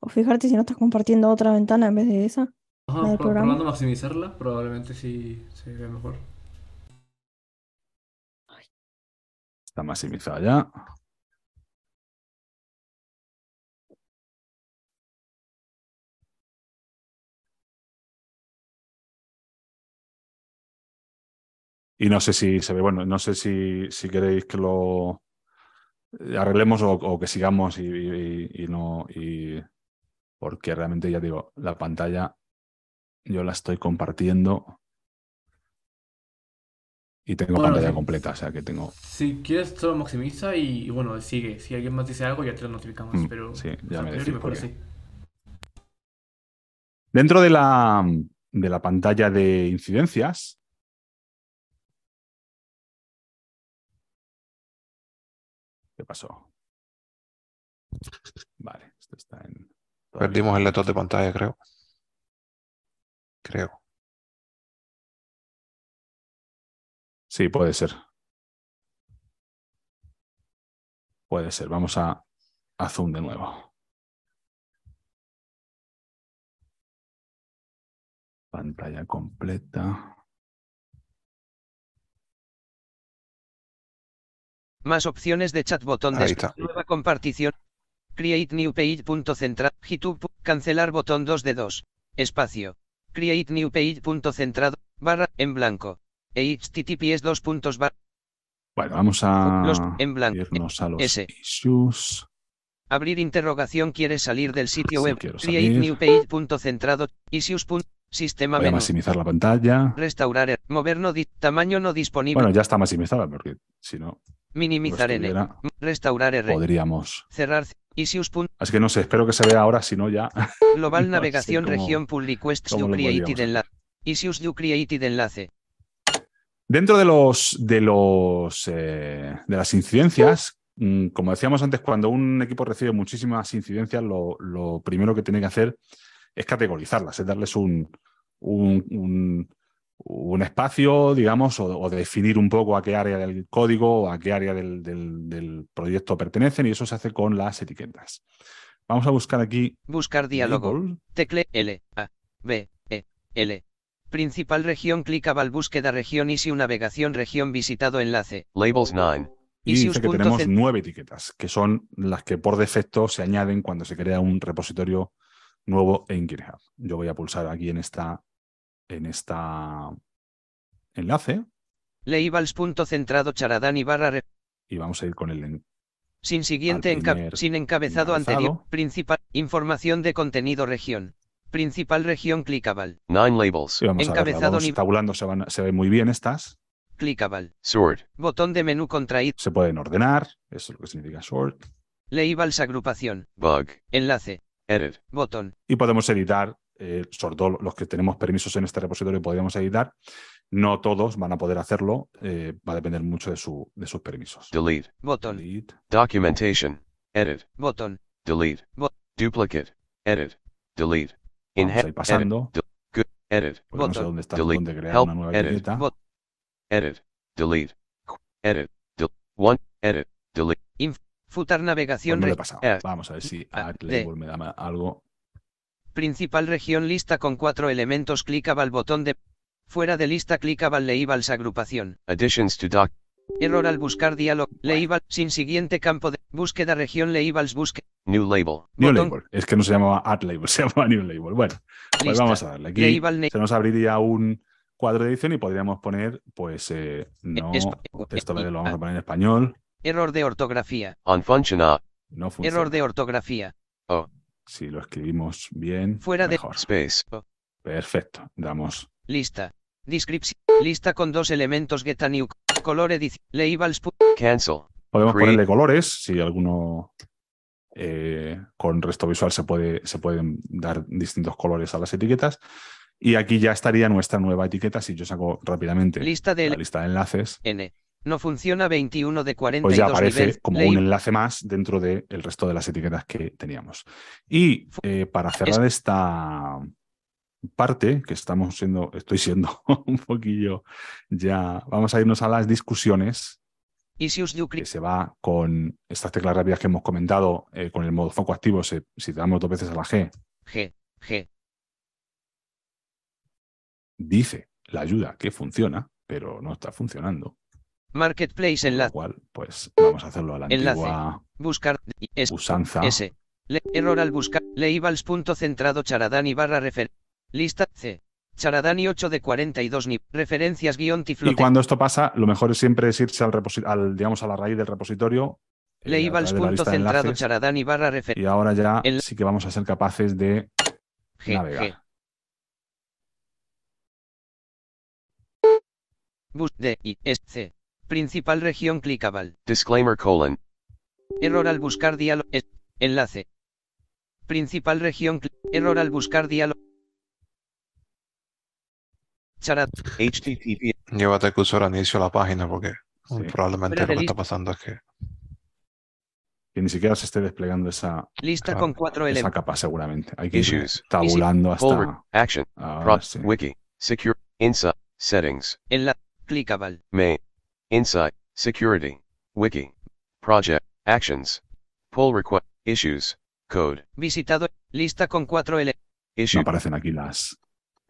o fijarte si no estás compartiendo otra ventana en vez de esa. Ajá, del pro- programa. probando a maximizarla, probablemente sí se ve mejor. Está maximizado ya. Y no sé si se ve, bueno, no sé si, si queréis que lo eh, arreglemos o, o que sigamos y, y- y no. y- porque realmente ya digo, la pantalla yo la estoy compartiendo y tengo Bueno, pantalla sí. completa, o sea que tengo. Si quieres, solo maximiza y, y bueno, sigue. Si alguien más dice algo, ya te lo notificamos. Mm, pero sí, a ya me priori decís por parece. Dentro de la, de la pantalla de incidencias, ¿qué pasó? Vale, esto está en. todavía- Perdimos el lector de pantalla, creo. Creo. Sí, puede ser. Puede ser. Vamos a, a Zoom de nuevo. Pantalla completa. Más opciones de chat botón Ahí de está. Nueva compartición. Create new page. Punto central. Github. Cancelar botón 2 de 2. Espacio. Create new page. Punto centrado. Barra. En blanco. E HTTPS 2 puntos barra. Bueno, vamos a Los- en blanco. irnos a los S. issues. Abrir interrogación. ¿Quieres salir del sitio Ah, Sí, web? quiero Create salir. new page. Punto centrado. Issues. pun- sistema Voy a menú. maximizar la pantalla. Restaurar. er- Mover no di- tamaño no disponible. Bueno, ya está maximizada, porque si no, lo Minimizar N. estuviera, Restaurar R. podríamos. Cerrar. c- Issues. pun- Así que no sé, espero que se vea ahora, si no ya. Global No sé navegación cómo- región pull requests cómo you lo created podríamos enlace. Issues you created enlace. Dentro de los de los eh, de las incidencias, mm, como decíamos antes, cuando un equipo recibe muchísimas incidencias, lo, lo primero que tiene que hacer es categorizarlas, es darles un, un, un- un espacio, digamos, o, o definir un poco a qué área del código o a qué área del, del- del proyecto pertenecen, y eso se hace con las etiquetas. Vamos a buscar aquí Buscar diálogo. label. Tecle L A B E L. Principal región clicable búsqueda región issue navegación región visitado enlace. labels 9 Y Issues dice que punto tenemos cen- nueve etiquetas, que son las que por defecto se añaden cuando se crea un repositorio nuevo en GitHub. Yo voy a pulsar aquí en esta, en esta enlace Labels punto centrado charadani barra re- y vamos a ir con el en- sin siguiente Al enca- primer sin encabezado, encabezado. anterior. Principal información de contenido región. Principal región clicable. 9 labels sí, vamos a verla, Encabezado vamos nivel. tabulando, se, van, se ven muy bien estas, Clicable. sword Botón de menú contraído. se pueden ordenar, eso es lo que significa short, Labels agrupación. bug Enlace. edit Botón. y podemos editar eh, sobre todo los que tenemos permisos en este repositorio podríamos editar, no todos van a poder hacerlo, eh, va a depender mucho de, su, de sus permisos. delete, Botón. Delete. documentation, edit, Botón. delete, Bo- duplicate, edit, delete, Vamos a ir enhance, edit, pasando, edit, porque no sé Botón. dónde está, Delete. dónde crear Help. una nueva Pues Edit. viñeta. Bot- edit, delete, qu- edit, del- one, edit, delete, Futar Pues navegación. no lo he re- pasado. F. Vamos a ver si A- Add D. Label me da ma- algo. principal región lista con cuatro elementos. Clicaba al botón de. Fuera de lista clicaba al leíbals agrupación. additions to doc, Error al buscar diálogo. Leíbal. Sin siguiente campo de. Búsqueda región leíbals busque. new label, New Botón. Label. Es que no se llamaba Add Label, (laughs) se llamaba New Label. Bueno, pues Lista. vamos a darle. Aquí Leíbal ne- se nos abriría un cuadro de edición y podríamos poner, pues, eh, no, Espa- esto Ah. lo vamos a poner en español. Error de ortografía. on function uh, No funciona. Error de ortografía. Si lo escribimos bien, Fuera de- mejor. space, Perfecto. Damos Lista. Descripción. Lista con dos elementos. Get a new. Color edición. Leíbals. pu- cancel, Podemos Create. ponerle colores, si alguno eh, con resto visual se, puede, se pueden dar distintos colores a las etiquetas. Y aquí ya estaría nuestra nueva etiqueta. Si yo saco rápidamente Lista de. la lista de enlaces, N. No funciona 21 de 42 pues ya aparece nivel. como Ley- un enlace más dentro del resto de las etiquetas que teníamos. Y eh, para cerrar esta parte, que estamos siendo, estoy siendo (laughs) un poquillo ya, vamos a irnos a las discusiones Issues you que cre- se va con estas teclas rápidas que hemos comentado, eh, con el modo foco activo, se- si te damos dos veces a la G, G. G. dice la ayuda que funciona, pero no está funcionando. Marketplace Con lo enlace. cual, pues vamos a hacerlo a la Enlace. antigua Buscar. Es- usanza. S. Le- error al buscar. Leibals punto centrado charadani barra refer. Lista C. Charadani 8 de 42 ni referencias guión Y tiflote. cuando esto pasa, lo mejor es siempre es irse al, reposi- al digamos, a la raíz del repositorio. eh, a Leibals través de la punto lista de centrado enlaces, charadani barra refer. y ahora ya Enla- sí que vamos a ser capaces de G. G. navegar. Bus D. I. S. C. Principal región clicable. disclaimer colon, Error al buscar diálogo. es- Enlace. Principal región. cli- Error al buscar diálogo. Charad. http, Llévate el cursor al inicio de la página porque Sí. probablemente Fuera de lo que lista. está pasando es que Que ni siquiera se esté desplegando esa, Lista Ah, con cuatro esa elementos. capa seguramente. Hay que ir issues, tabulando forward, hasta... action, ahora prop, sí. wiki, secure, insight, settings, Enlace. Clicable. may, insight, security, wiki, project, actions, pull request, issues, code, Visitado. Lista con cuatro elementos. No issue, aparecen aquí las,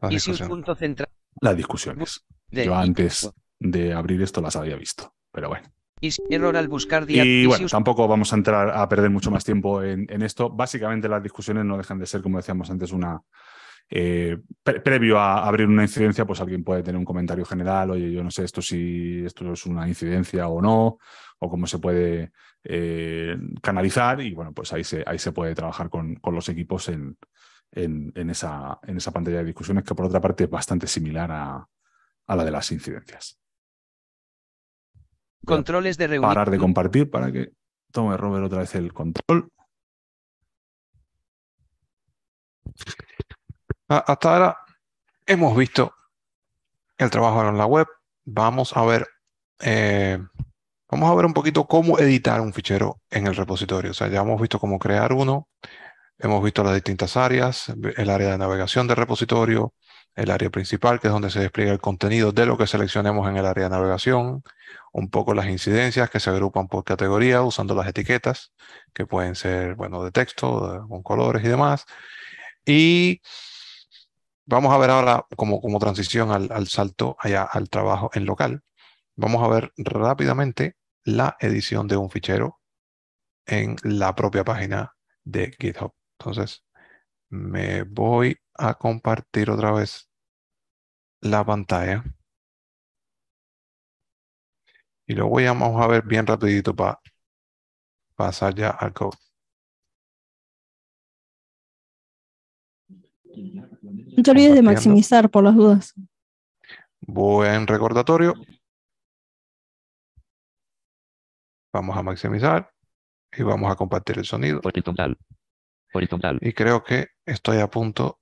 las Issues discusiones. punto centrado. las discusiones. de Yo I- antes de abrir esto las había visto, pero bueno. Is- error al buscar diálogo. Y bueno, tampoco vamos a entrar a perder mucho más tiempo en, en esto. Básicamente las discusiones no dejan de ser, como decíamos antes, una... eh, pre- previo a abrir una incidencia, pues alguien puede tener un comentario general, oye, yo no sé esto si esto es una incidencia o no, o cómo se puede eh, canalizar, y bueno, pues ahí se, ahí se puede trabajar con, con los equipos en, en- en esa, en esa pantalla de discusiones, que por otra parte es bastante similar a, a la de las incidencias. Voy a Controles de reunión. parar de compartir para que tome Robert otra vez el control. A- Hasta ahora hemos visto el trabajo en la web. Vamos a ver, eh, vamos a ver un poquito cómo editar un fichero en el repositorio. O sea, ya hemos visto cómo crear uno, hemos visto las distintas áreas, el área de navegación del repositorio, el área principal, que es donde se despliega el contenido de lo que seleccionemos en el área de navegación, un poco las incidencias que se agrupan por categoría usando las etiquetas, que pueden ser, bueno, de texto, de- con colores y demás. Y Vamos a ver ahora como, como transición al, al salto allá al trabajo en local. Vamos a ver rápidamente la edición de un fichero en la propia página de GitHub. Entonces, me voy a compartir otra vez la pantalla. Y lo voy a, vamos a ver bien rapidito para pasar ya al code. No te olvides de Compartiendo. maximizar por las dudas. Buen recordatorio. Vamos a maximizar y vamos a compartir el sonido. Horizontal. Horizontal. Y creo que estoy a punto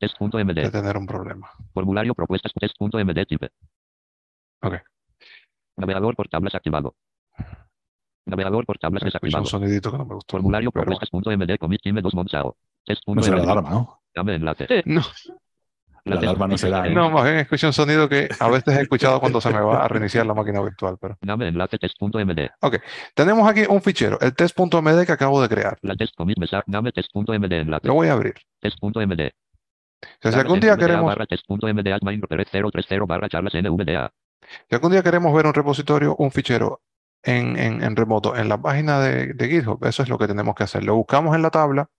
de Test.md. tener un problema. Formulario propuestas. Test.md type. Ok. Navegador por tablas activado. Navegador por tablas Escucho un desactivado. sonidito que no me gustó. Formulario pero bueno. propuestas.md commit time 2 monchao. No será la Test.md. alarma, ¿no? Dame enlace. No, La alarma no eh, será, no, más bien escucho un sonido que a veces he escuchado cuando se me va a reiniciar la máquina virtual. Pero Dame enlace test.md. tenemos aquí un fichero, el test.md que acabo de crear. La test commit mesa. Dame test.md enlace. Lo voy a abrir. Test.md. O sea, si algún día queremos, Barra test.md at main 3030 barra charlas nvda. si algún día queremos ver un repositorio, un fichero en, en- en remoto, en la página de, de GitHub, eso es lo que tenemos que hacer. Lo buscamos en la tabla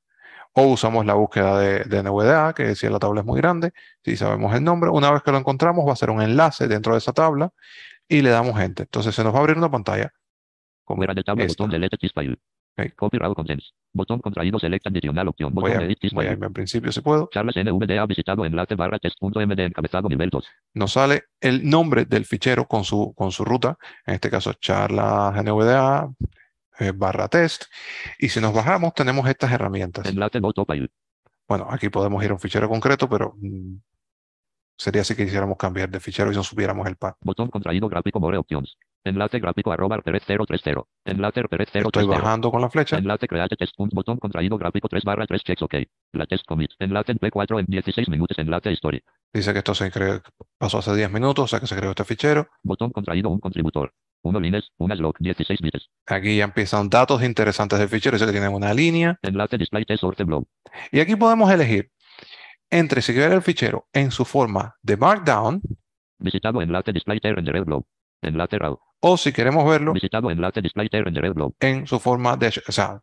o usamos la búsqueda de, de NVDA, que si la tabla es muy grande, si sabemos el nombre, una vez que lo encontramos va a ser un enlace dentro de esa tabla y le damos gente. Entonces se nos va a abrir una pantalla. como Fuera de tabla esta. botón delete this file. Ok. Copy raw contents. Botón contraído select adicional opción. Voy Botón a- edit this voy a file. irme al principio si puedo. Charlas NVDA visitado enlace barra test.md encabezado nivel 2. nos sale el nombre del fichero con su, con su ruta, en este caso charla NVDA eh, barra test, y si nos bajamos tenemos estas herramientas. Enlace voto file. Bueno, aquí podemos ir a un fichero concreto, pero mm, sería si quisiéramos cambiar de fichero y no supiéramos el path. Botón contraído gráfico more options. Enlace gráfico arroba 3030. Enlace Estoy 3030. bajando con la flecha, Enlace create test. punto, Botón contraído gráfico 3 barra 3 checks OK. La test commit. Enlace en P4 en 16 minutos. Enlace history. dice que esto se cre- pasó hace 10 minutos, o sea que se creó este fichero. Botón contraído un contributor. Uno líneas, una log 16 bits. Aquí ya empiezan datos interesantes del fichero, dice que tienen una línea, Enlace display test source blog. y aquí podemos elegir entre si quiere el fichero en su forma de Markdown Visitado enlace display test rendered blog. Enlace raw. o si queremos verlo Visitado enlace display test rendered blog. en su forma de... O sea,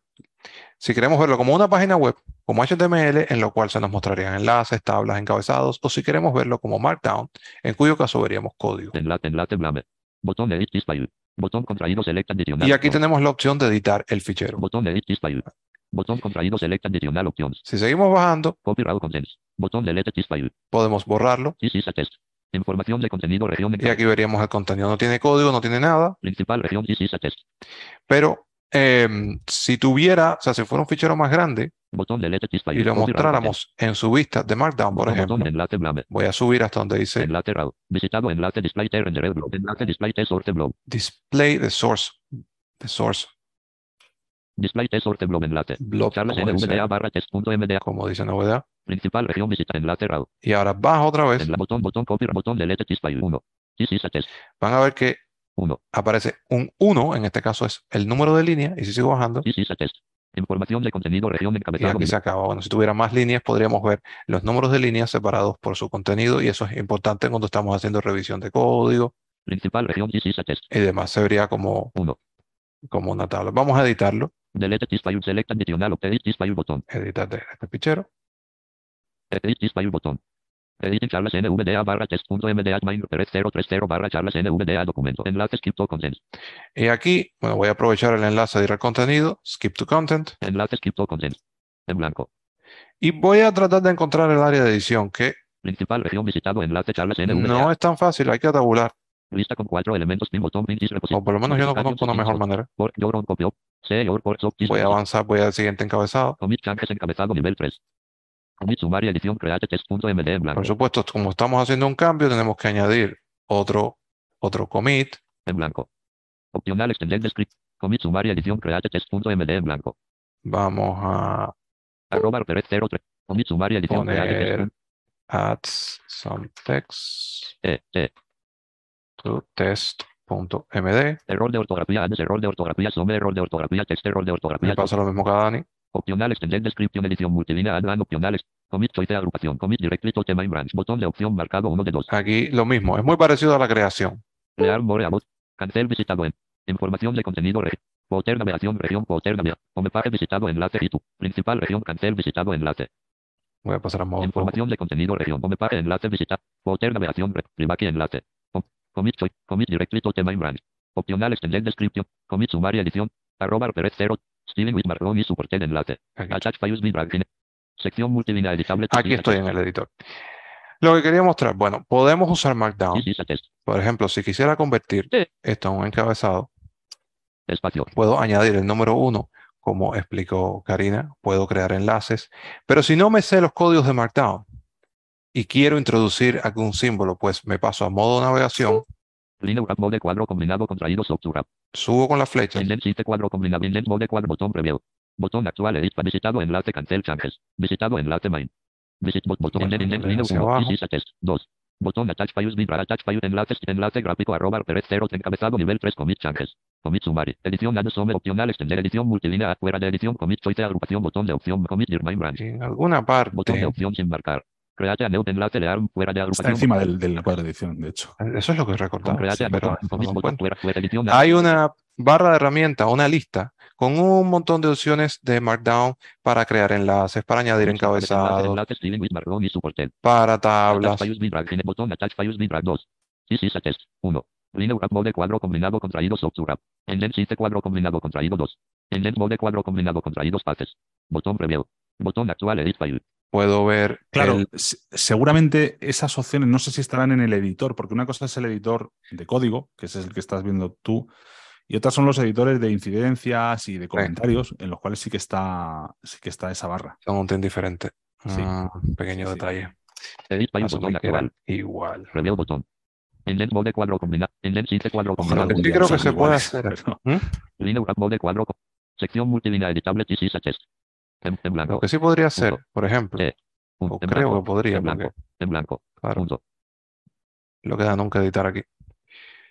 si queremos verlo como una página web, como HTML, en lo cual se nos mostrarían enlaces, tablas, encabezados, o si queremos verlo como Markdown, en cuyo caso veríamos código. Enlace enlace blame. Botón edit this file. Botón contraído select adicional. Y aquí options. tenemos la opción de editar el fichero. Botón edit this file. Botón contraído select adicional options. Si seguimos bajando, Copy raw contents. Botón delete this file. podemos borrarlo This is a test. Información de contenido región y aquí veríamos el contenido. No tiene código, no tiene nada, principal región this is a test. pero em, si tuviera, o sea, si fuera un fichero más grande Botón delete this file. y lo Copy raw mostráramos en su vista de Markdown, contents. por Botón, ejemplo, Botón enlace blame. voy a subir hasta donde dice Enlace raw. Visitado enlace display test rendered blog. Enlace display test source blog. display de source, de source Display test source blog enlace. blob, Charlas como dice- NVDA barra test.mda. como dice novedad. Principal región visita enlace raw. Y ahora baja otra vez. Enla- botón botón copy botón delete this file 1. This is a test. Van a ver que 1. aparece un 1, en este caso es el número de línea, y si sigo bajando, This is a test. Información de contenido región y encabezado. aquí se acaba. Bueno, si tuviera más líneas, podríamos ver los números de líneas separados por su contenido, y eso es importante cuando estamos haciendo revisión de código Principal región this is a test. y demás. Se vería como, 1. como una tabla. Vamos a editarlo. Delete this file select adicional o edit this file botón. Editar de este fichero. Edit this file botón. Edit charlas nvda barra test.mda main 3030 barra charlas nvda documento. Enlace skip to content. Y aquí, bueno, voy a aprovechar el enlace de ir al contenido, skip to content, Enlace skip to content. En blanco. y voy a tratar de encontrar el área de edición, que Principal región visitado enlace charlas nvda. no es tan fácil, hay que tabular, Lista con cuatro elementos pin botón pin this repository. o por lo menos yo no conozco una mejor manera. Por your own copy of. Say your course of this Voy a repository. avanzar, voy al siguiente encabezado. Commit changes encabezado nivel 3. Commit sumaria edición create test.md en blanco. Por supuesto, como estamos haciendo un cambio, tenemos que añadir otro, otro commit. En blanco. Opcional extender the script. Commit sumaria edición create test.md en blanco. Vamos a Arroba 303. Commit sumaria edición create poner test. add some text Eh, eh. to test.md. Error de ortografía. Antes error de ortografía. Some error de ortografía. Text error de ortografía. Me pasa lo mismo que a Dani. Opcional extender descripción edición multilínea. Advan opcionales. Commit choice agrupación. Commit directly to the main branch. Botón de opción marcado 1 de 2. Aquí lo mismo, es muy parecido a la creación. Crear more about. Cancel visitado en. Información de contenido reg. Poter navegación región poter navegación. Homepage visitado enlace y Principal región cancel visitado enlace. Voy a pasar a modo. Información de contenido región. Homepage enlace visitar. Poter navegación red. Privaki enlace. Com- Commit choice. Commit directly to the main branch. Opcional extender description. Commit sumaria edición. Arroba alperet 0. Stealing with marrón y soporte de enlace. Aquí. Attach files with margin. Sección multilínea editable. Aquí estoy en el editor. Lo que quería mostrar, bueno, podemos usar Markdown. This is a test. Por ejemplo, si quisiera convertir Sí. esto en un encabezado, Espacio. puedo añadir el número 1, como explicó Karina, puedo crear enlaces, pero si no me sé los códigos de Markdown, y quiero introducir algún símbolo, pues me paso a modo navegación, Linux Wrap Mode cuadro combinado contraído soft to wrap. subo con la flecha, Inlet Shift cuadro combinado Inlet Mode cuadro botón preview. Botón actual edit visitado enlace cancel changes. Visitado enlace main. Visit bot botón Bueno, inlet inlet hacia Linux Wrap abajo. this is a test. 2. Botón attach files vibra attach file enlaces enlace gráfico arroba tres ceros encabezado nivel 3 commit changes. Commit summary. Edición add some opcional extender edición multilínea fuera de edición commit choice agrupación botón de opción commit your main branch. y en alguna Botón de parte, opción sin marcar. Create a new enlace de ARM fuera de Está agrupación. encima del, del cuadro de edición, de hecho. eso es lo que recordaba, Create a new pero no lo commit botón encuentro. fuera fuera de edición. Hay una barra de herramientas, una lista, con un montón de opciones de Markdown para crear enlaces, para añadir encabezados, Enlaces dealing with Marron y supported. para tablas. Attach files with drag, gene- botón attach files with drag 2. This is a test. 1. Linux wrap mode cuadro combinado contraído soft to wrap. Enlens shift cuadro combinado contraído 2. Enlens mode cuadro combinado contraído pases. Botón preview. Botón actual edit file. Puedo ver Claro, el- se- seguramente esas opciones no sé si estarán en el editor, porque una cosa es el editor de código, que ese es el que estás viendo tú, y otras son los editores de incidencias y de comentarios, en los cuales sí que está, sí que está esa barra. son un ten diferente. Sí. Ah, pequeño Sí, sí. detalle. Edit file Asumí botón que eran actual. igual. Preview botón. Enlens mode cuadro combinado. Enlens shift cuadro Ojalá combinado. que sí contraído creo que soft se to puede wrap. hacer. pero- Linux wrap mode cuadro. co- Sección multilínea editable. This is a test. En, en blanco. Lo que sí podría hacer, Ah, Punto. por ejemplo, Eh, Un- o en creo que blanco. podría, En blanco. porque En blanco. claro, Punto. lo queda nunca editar aquí.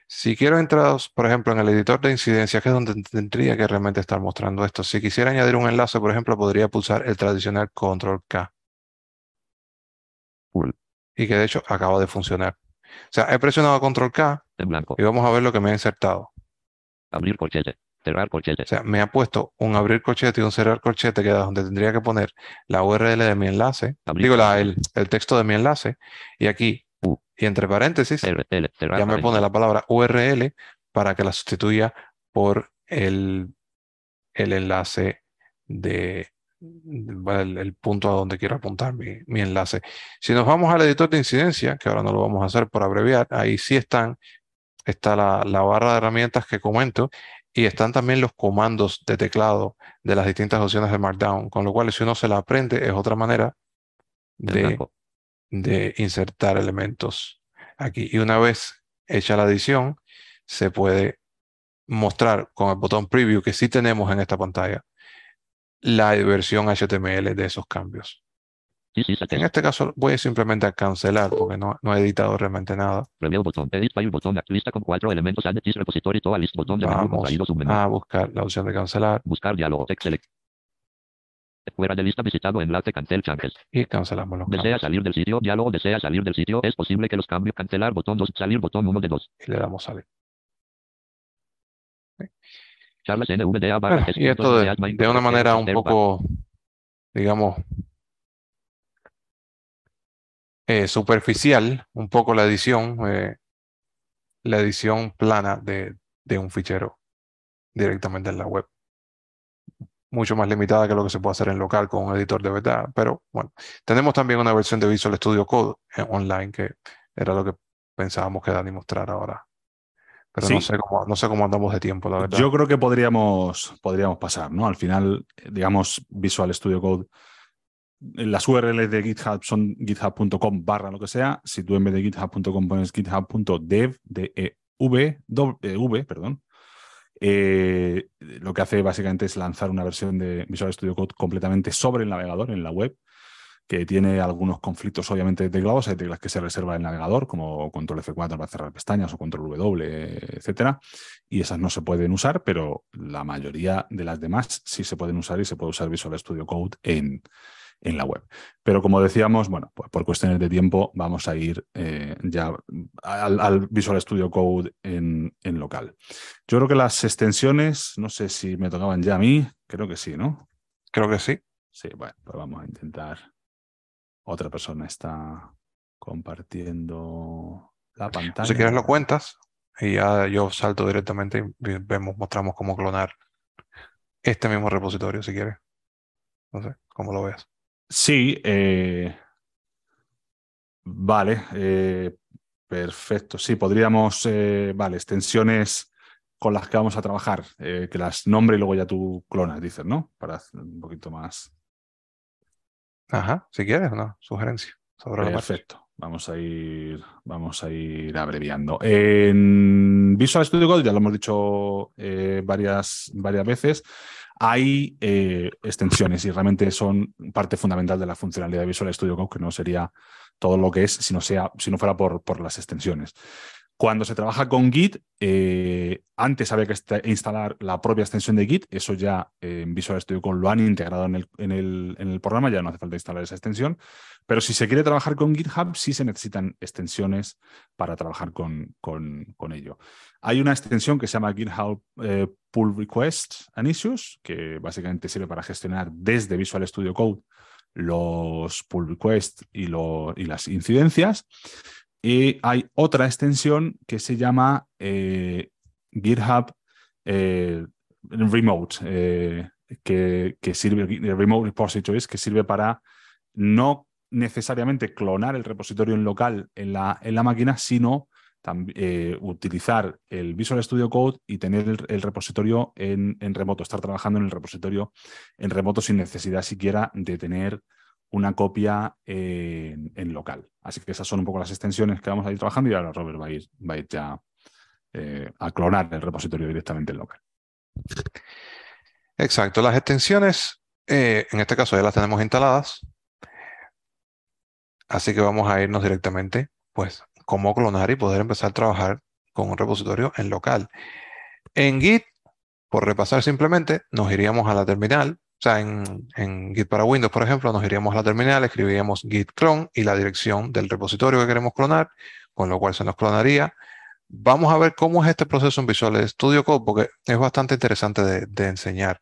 Si quiero entrar, por ejemplo, en el editor de incidencias, que es donde tendría que realmente estar mostrando esto. Si quisiera añadir un enlace, por ejemplo, podría pulsar el tradicional Control K. Cool. Y que de hecho acaba de funcionar. O sea, he presionado Control K En blanco. y vamos a ver lo que me ha insertado. Abrir corchete. Cerrar corchete. O sea, me ha puesto un abrir corchete y un cerrar corchete, que es donde tendría que poner la URL de mi enlace, Abrir digo, la, corchete. el, el texto de mi enlace, y aquí, U. y entre paréntesis, RL, cerrar ya me paréntesis. pone la palabra URL para que la sustituya por el, el enlace de, de- el, el punto a donde quiero apuntar mi, mi enlace. Si nos vamos al editor de incidencia, que ahora no lo vamos a hacer por abreviar, ahí sí están, está la, la barra de herramientas que comento y están también los comandos de teclado de las distintas opciones de Markdown, con lo cual si uno se la aprende es otra manera En de blanco. de insertar elementos aquí. Y una vez hecha la edición, se puede mostrar con el botón preview que sí tenemos en esta pantalla la versión HTML de esos cambios. This is a En test. este caso voy simplemente a cancelar porque no, no he editado realmente nada. Preview botón. Edit file botón. Lista con cuatro elementos. Add this repository to a list. Botón de menú Vamos Ah. contraído submenú. A buscar la opción de cancelar Buscar diálogo. Text select. Fuera de lista visitado enlace cancel changes. y cancelamos los Desea cambios. salir del sitio. Diálogo desea salir del sitio. Es posible que los cambios cancelar botón 2. Salir botón 1 de 2. Y le damos salir. Charlas NVDA barra Bueno, test Ah, y esto punto de, NVDA main de una punto manera cero un cero barra. poco, digamos, eh, superficial, un poco la edición, eh, la edición plana de, de un fichero directamente en la web. Mucho más limitada que lo que se puede hacer en local con un editor de verdad, pero bueno, tenemos también una versión de Visual Studio Code eh, online que era lo que pensábamos que Dani mostrara ahora. Pero no Sí. sé cómo, no sé cómo andamos de tiempo, la verdad. Yo creo que podríamos, podríamos pasar, ¿no? Al final, eh, digamos, Visual Studio Code, eh, las URLs de GitHub son github.com barra lo que sea. Si tú en vez de github.com pones github.dev, de E, v, do- eh, v, perdón, eh, lo que hace básicamente es lanzar una versión de Visual Studio Code completamente sobre el navegador en la web, que tiene algunos conflictos obviamente de teclados. Hay teclas que se reserva el navegador, como control F4 para cerrar pestañas o control W, etcétera y esas no se pueden usar, pero la mayoría de las demás sí se pueden usar y se puede usar Visual Studio Code en, en la web. Pero como decíamos, bueno, pues por cuestiones de tiempo vamos a ir eh, ya al, al Visual Studio Code en, en local. Yo creo que las extensiones, no sé si me tocaban ya a mí, creo que sí, ¿no? Creo que sí. Sí, bueno, pues vamos a intentar. Otra persona está compartiendo la pantalla. Si quieres lo cuentas y ya yo salto directamente y vi- vemos, mostramos cómo clonar este mismo repositorio si quieres. No sé, cómo lo veas. Sí, eh, vale, eh, perfecto. Sí, podríamos, eh, vale, extensiones con las que vamos a trabajar, eh, que las nombre y luego ya tú clonas, dices, ¿no? Para hacer un poquito más. Ajá, si quieres, una sugerencia. sobre la marcha. Perfecto. Vamos a ir, vamos a ir abreviando. En Visual Studio Code, ya lo hemos dicho eh, varias, varias veces, hay eh, extensiones y realmente son parte fundamental de la funcionalidad de Visual Studio Code, que no sería todo lo que es si no, sea, si no fuera por, por las extensiones. Cuando se trabaja con Git, eh, antes había que insta- instalar la propia extensión de Git, eso ya eh, en Visual Studio Code lo han integrado en el, en el- en el programa, ya no hace falta instalar esa extensión, pero si se quiere trabajar con GitHub, sí se necesitan extensiones para trabajar con, con- con ello. Hay una extensión que se llama GitHub eh, Pull Requests and Issues, que básicamente sirve para gestionar desde Visual Studio Code los pull requests y, lo- y las incidencias. Y hay otra extensión que se llama eh, GitHub eh, Remote, eh, que, que sirve, Remote Repositories, que sirve para no necesariamente clonar el repositorio en local en la, en la máquina, sino tam- eh, utilizar el Visual Studio Code y tener el, el repositorio en, en remoto, estar trabajando en el repositorio en remoto sin necesidad siquiera de tener una copia en, en local. Así que esas son un poco las extensiones que vamos a ir trabajando y ahora Robert va a ir, va a ir ya eh, a clonar el repositorio directamente en local. Exacto, las extensiones, eh, en este caso ya las tenemos instaladas. Así que vamos a irnos directamente, pues, cómo clonar y poder empezar a trabajar con un repositorio en local. En Git, por repasar simplemente, nos iríamos a la terminal. O sea, en, en Git para Windows, por ejemplo, nos iríamos a la terminal, escribiríamos git clone y la dirección del repositorio que queremos clonar, con lo cual se nos clonaría. Vamos a ver cómo es este proceso en Visual Studio Code, porque es bastante interesante de, de enseñar.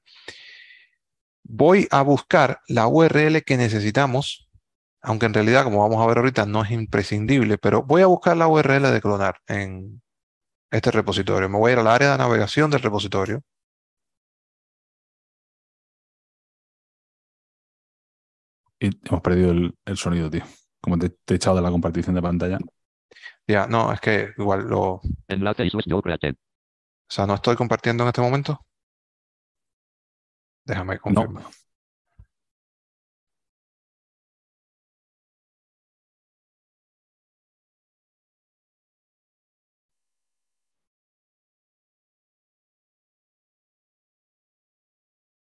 Voy a buscar la URL que necesitamos, aunque en realidad, como vamos a ver ahorita, no es imprescindible, pero voy a buscar la URL de clonar en este repositorio. Me voy a ir al área de navegación del repositorio. Y hemos perdido el, el sonido, tío. Como te, te he echado de la compartición de pantalla. Ya, no, es que igual lo, o Enlace y yo created. sea, no estoy compartiendo en este momento. Déjame confirmar.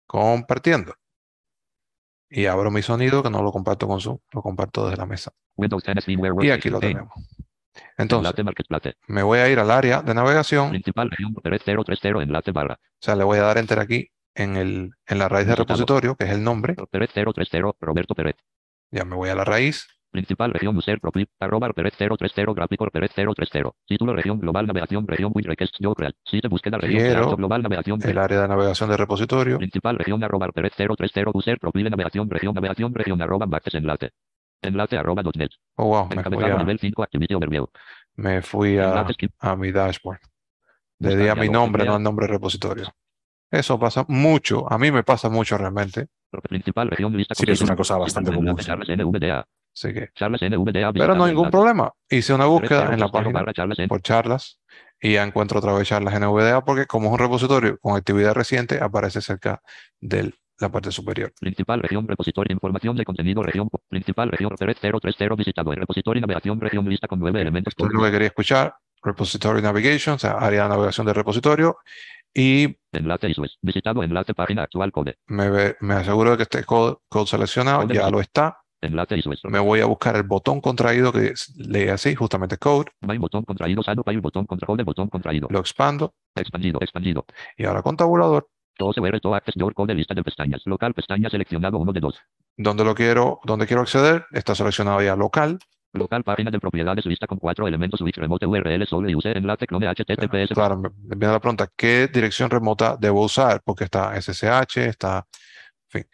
Compartiendo. Y abro mi sonido, que no lo comparto con Zoom, lo comparto desde la mesa. Windows 10 Firmware Y aquí Workstation lo pane. tenemos. Entonces, Ah. Enlace Marketplace. me voy a ir al área de navegación. Principal región 3030 enlace barra. O sea, le voy a dar enter aquí en, el, en la raíz del Yo tampoco. repositorio, que es el nombre. 3030 Roberto Pérez. Ya me voy a la raíz. Principal región user profile. Arroba Pérez 030 gráfico Pérez 030. Título región global navegación región with request yo create. Sitio búsqueda región Quiero creato global navegación El área de navegación del repositorio. Principal región arroba Pérez 030 user profile navegación región navegación región arroba backslash enlace. Enlace arroba dotnet. Oh, wow, me fui Encabezado a, nivel 5 activity overview. me fui a, Enlace skip. a mi dashboard. Buscar Le di a mi diálogo, nombre, no enviar. al nombre del repositorio. Eso pasa mucho. A mí me pasa mucho realmente. Principal región lista Sí, es una cosa bastante común. Enlace Charles NVDA. Así que, Charles NVDA. pero no hay ningún problema. Hice una búsqueda en la página Barra Charles N. por charlas y ya encuentro otra vez charlas en NVDA porque como es un repositorio con actividad reciente, aparece cerca de la parte superior. Principal región repositorio información de contenido región po- principal región 3030 visitado el repositorio navegación región lista con nueve elementos Esto es lo que quería escuchar. Repository Navigation, o sea, área de navegación del repositorio. Y enlace y Swiss. visitado enlace página actual code me, ve- me aseguro de que esté code, code seleccionado, Code ya de- lo está. enlace y Swiss. Me voy a buscar el botón contraído que es- lee así, justamente code. main botón contraído sano file botón contra code botón contraído Lo expando expandido expandido y ahora con tabulador, todo se ver todo access your code lista de pestañas local pestaña seleccionado uno de dos donde lo quiero, donde quiero acceder, está seleccionado ya local. local página de propiedades lista con cuatro elementos switch remote url solo y use enlace clone https Claro, me me viene la pregunta, ¿qué dirección remota debo usar? Porque está SSH, está, en fin.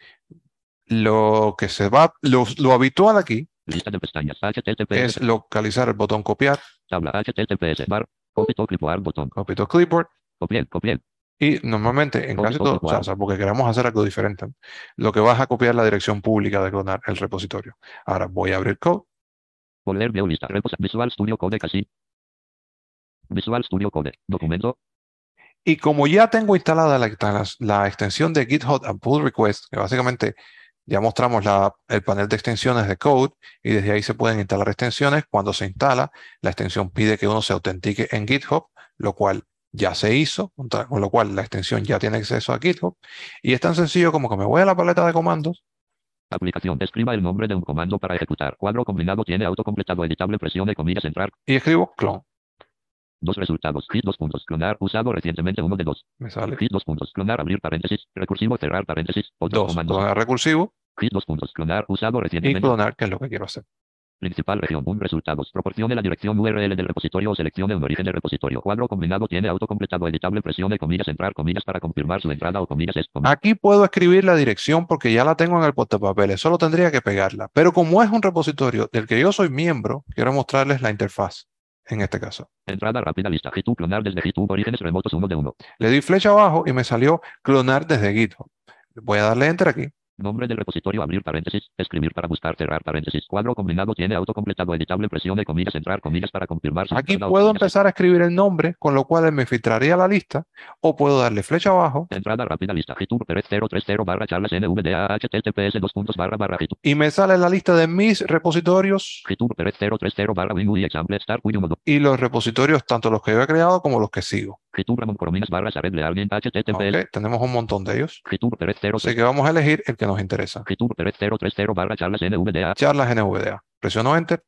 Lo que se va, lo, lo habitual aquí lista de pestañas https es localizar el botón copiar, tabla https bar copy to clipboard botón copito clipboard, copiar copiar y normalmente en Copy, casi copy, todo, o sea, guau. o sea, porque queramos hacer algo diferente, ¿no? lo que vas a copiar es la dirección pública de clonar el repositorio. Ahora voy a abrir code, Volver view lista. Repos Visual Studio Code casi. Visual Studio Code. Documento. y como ya tengo instalada la, la- la extensión de GitHub and Pull Request, que básicamente Ya mostramos la- el panel de extensiones de Code y desde ahí se pueden instalar extensiones. Cuando se instala, la extensión pide que uno se autentique en GitHub, lo cual ya se hizo, contra- con lo cual la extensión ya tiene acceso a GitHub. Y es tan sencillo como que me voy a la paleta de comandos. Aplicación. Escriba el nombre de un comando para ejecutar. Cuadro combinado tiene autocompletado editable. Presione comillas entrar. Y escribo clone. Dos resultados. Hit dos puntos. Clonar. Usado recientemente uno de dos. Me sale Hit dos puntos. Clonar. Abrir paréntesis. Recursivo. Cerrar paréntesis. Otro 2, comando. clonar recursivo Hit dos puntos. Clonar. Usado y recientemente. clonar, que es lo que quiero hacer. Principal región. Un resultados. Proporcione la dirección URL del repositorio o seleccione un origen del repositorio. Cuadro combinado tiene autocompletado editable. Presione comillas entrar. Comillas para confirmar su entrada o comillas es. comillas. Aquí puedo escribir la dirección porque ya la tengo en el portapapeles, solo tendría que pegarla. Pero como es un repositorio del que yo soy miembro, quiero mostrarles la interfaz en este caso. Entrada rápida lista. Hit clonar desde Hit Orígenes remotos 1 de 1. Le di flecha abajo y me salió clonar desde GitHub. Voy a darle enter aquí. Nombre del repositorio, abrir paréntesis, escribir para buscar, cerrar paréntesis, cuadro combinado tiene autocompletado editable, presione comillas, entrar comillas para confirmar. su Aquí entrada o puedo comillas, empezar a escribir el nombre, con lo cual él me filtraría la lista, o puedo darle flecha abajo Entrada rápida lista, GitHub 3030 barra charlas NVDA HTTPS dos puntos barra barra GitHub, y me sale la lista de mis repositorios GitHub 3030 barra WinUI example star Quium Odo, y los repositorios, tanto los que yo he creado como los que sigo. GitHub Ramón Corominas barra Jared de alguien HTTPS, Ok, Tenemos un montón de ellos. GitHub Así 3030 que vamos a elegir el que nos interesa. GitHub 3030 barra charlas NVDA, Charlas NVDA. Presiono enter.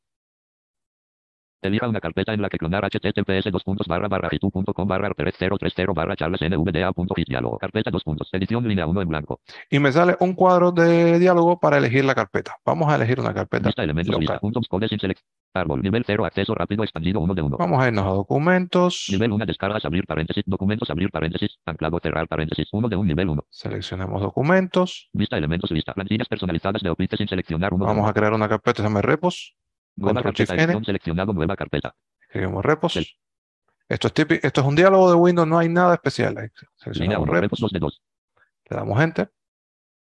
elija una carpeta en la que clonar HTTPS dos puntos barra barra GitHub.com barra 3030 barra charlas NVDA punto git diálogo, carpeta dos puntos, edición línea 1 en blanco, y me sale un cuadro de diálogo para elegir la carpeta. Vamos a elegir una carpeta. Lista elementos local. lista. Puntos codes sin select. Árbol nivel 0 acceso rápido expandido 1 de 1. Vamos a irnos a documentos. Nivel 1 descargas abrir paréntesis documentos abrir paréntesis anclado cerrar paréntesis 1 de 1 nivel 1. Seleccionamos documentos. Vista elementos lista. Plantillas personalizadas de Office sin seleccionar 1 Vamos a crear una carpeta que se llama repos. nueva Control carpeta Shift N. edición seleccionado nueva carpeta. Escribimos repos. Sí. Esto es típico. Esto es un diálogo de Windows. No hay nada especial. ahí. Línea Seleccionamos 1 repos. repos 2 de 2. Le damos enter.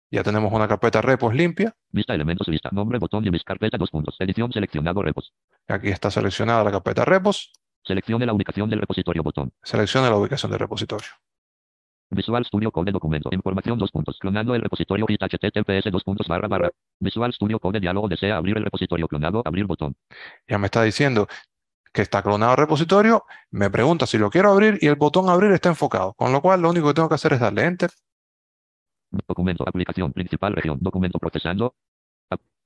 Ya tenemos una carpeta repos limpia. Vista elementos lista. Nombre botón y mis carpeta dos puntos. Edición seleccionado repos. Aquí está seleccionada la carpeta repos. Seleccione la ubicación del repositorio botón. Seleccione la ubicación del repositorio. Visual Studio Code documento. Información dos puntos. Clonando el repositorio git https dos puntos barra barra. Visual Studio Code diálogo desea abrir el repositorio clonado abrir botón. ya me está diciendo que está clonado el repositorio, me pregunta si lo quiero abrir y el botón abrir está enfocado, con lo cual lo único que tengo que hacer es darle enter. Documento, aplicación, principal región, documento procesando.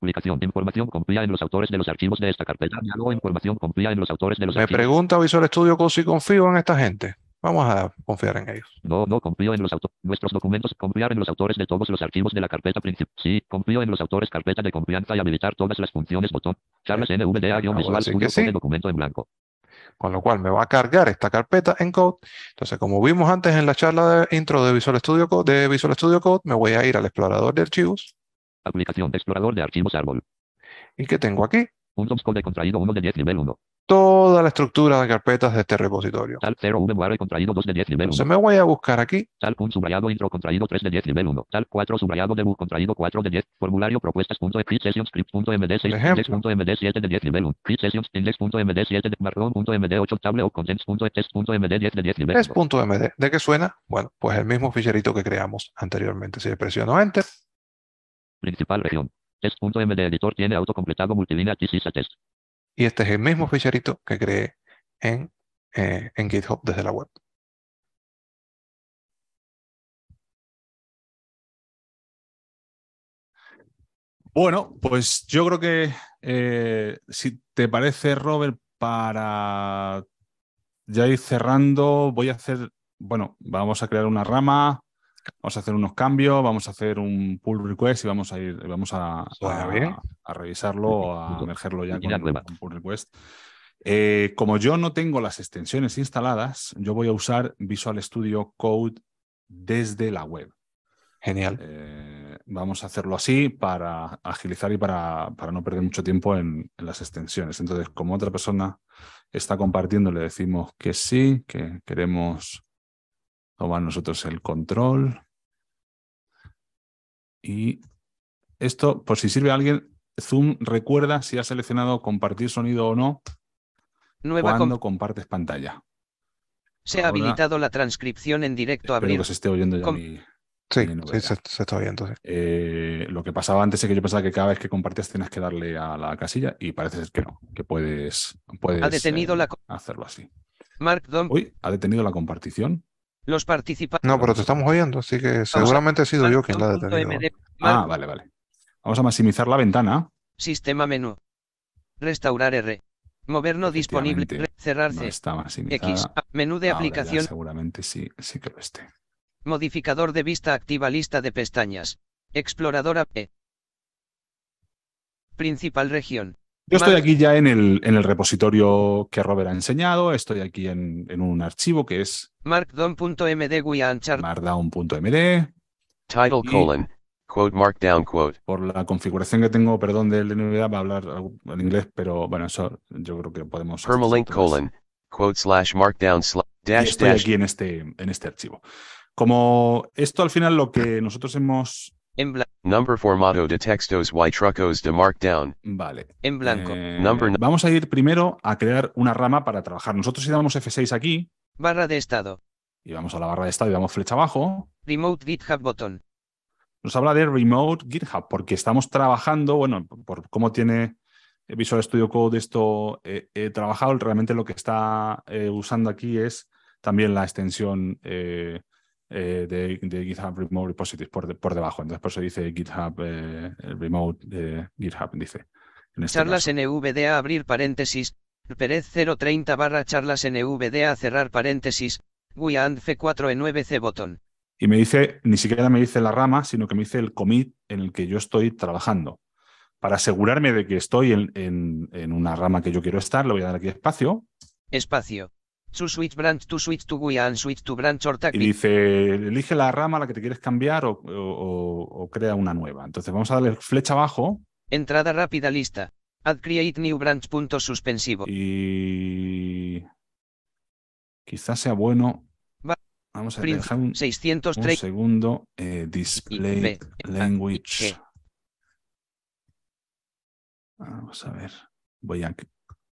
Aplicación, información confía en los autores de los archivos de esta carpeta. Diálogo, información confía en los autores de los Me archivos. pregunta Visual Studio Code si confío en esta gente. Vamos a confiar en ellos. No, no confío en los autores. Nuestros documentos, confiar en los autores de todos los archivos de la carpeta principal. Sí, confío en los autores, carpeta de confianza y habilitar todas las funciones. Botón. Charles NVDA acabo guión de visual decir que Studio sí. Code documento en blanco. Con lo cual me va a cargar esta carpeta en Code. Entonces, como vimos antes en la charla de intro de Visual Studio Code, de Visual Studio Code, me voy a ir al explorador de archivos. Aplicación, explorador de archivos árbol. ¿Y qué tengo aquí? Un code contraído 1 de 10 nivel 1. Toda la estructura de carpetas de este repositorio. Tal 0 VMware contraído 2 Ah, de 10 nivel 1. Entonces me voy a buscar aquí Tal un subrayado intro contraído 3 de 10 nivel 1. Tal 4 subrayado debut contraído 4 de 10. Formulario propuestas.exit session script.md 6 Por ejemplo. index.md 7 de 10 nivel 1. Hit sessions index.md 7 de marrón.md 8 table o contents.test.md 10 de 10 nivel 1. 3.md. ¿De qué suena? Bueno, pues el mismo ficherito que creamos anteriormente. Si le presiono Enter, Principal región. Test.md editor tiene autocompletado multilínea TCS test. y este es el mismo ficherito que creé en, eh, en GitHub desde la web. Bueno, pues yo creo que eh, si te parece, Robert, para ya ir cerrando, voy a hacer, bueno, vamos a crear una rama, vamos a hacer unos cambios, vamos a hacer un pull request y vamos a ir, vamos a, Suena a- bien. a revisarlo, a mergerlo ya Ya con, nueva. con pull request. Eh, como yo no tengo las extensiones instaladas, yo voy a usar Visual Studio Code desde la web. Genial. Eh, vamos a hacerlo así para agilizar y para, para no perder mucho tiempo en, en las extensiones. Entonces, como otra persona está compartiendo, le decimos que sí, que queremos tomar nosotros el control. Y esto, por si sirve a alguien, Zoom recuerda si ha seleccionado compartir sonido o no Nueva cuando com- compartes pantalla. Se ha ahora- habilitado la transcripción en directo Espero abrir. que se esté oyendo ya Com- mi- Sí, Menú sí, era. se, se está viendo. sí. Eh, lo que pasaba antes es que yo pensaba que cada vez que compartías tenías que darle a la casilla y parece ser que no, que puedes, puedes Ha detenido eh, la co- hacerlo así. Markdown. Uy, ha detenido la compartición. Los participantes. No, pero te estamos oyendo, así que seguramente he sido yo quien la ha detenido. Markdown.md, Ah, Mark- vale, vale. Vamos a maximizar la ventana. Sistema menú. Restaurar R. Mover no disponible. Efectivamente. Re- Cerrar No C. está maximizada. X. A- Menú de Ahora ya aplicación. seguramente sí, sí que lo esté. Modificador de vista activa lista de pestañas. Exploradora P. Principal región. Yo estoy Mar- aquí ya en el, en el repositorio que Robert ha enseñado. Estoy aquí en, en un archivo que es Markdown.md GUI Anchar. markdown.md. Title Y- colon. Quote markdown quote. Por la configuración que tengo, perdón, de la va a hablar algo en inglés, pero bueno, eso yo creo que podemos. Permalink hacer colon. Quote slash markdown slash Y dash estoy dash. aquí en este, en este archivo. Como esto al final lo que nosotros hemos. En, bla- Number formato de textos y trucos de markdown. Vale. en blanco. eh, Number- vamos a ir primero a crear una rama para trabajar. Nosotros si damos F6 aquí Barra de estado. y vamos a la barra de estado y damos flecha abajo, Remote GitHub botón. nos habla de Remote GitHub, porque estamos trabajando, bueno, por cómo tiene Visual Studio Code esto eh, eh, trabajado, realmente lo que está eh, usando aquí es también la extensión eh, eh, de, de GitHub Remote Repositories por, de- por debajo. Entonces, por eso dice GitHub eh, Remote eh, GitHub, dice. En este Charlas caso. NVDA abrir paréntesis, Pérez 030 barra charlas NVDA cerrar paréntesis, GUI and F4E9C botón. Y me dice, ni siquiera me dice la rama, sino que me dice el commit en el que yo estoy trabajando. Para asegurarme de que estoy en, en- en una rama que yo quiero estar, le voy a dar aquí espacio Espacio. To switch branch to switch to GUI and switch to branch or tag y dice, elige la rama a la que te quieres cambiar o, o- o- o crea una nueva. Entonces vamos a darle flecha abajo Entrada rápida lista. Add create new branch punto suspensivo. y quizás sea bueno. Va- Vamos a Print dejar un, un 630. segundo. eh, display ve- language. ve. Vamos a ver. Voy a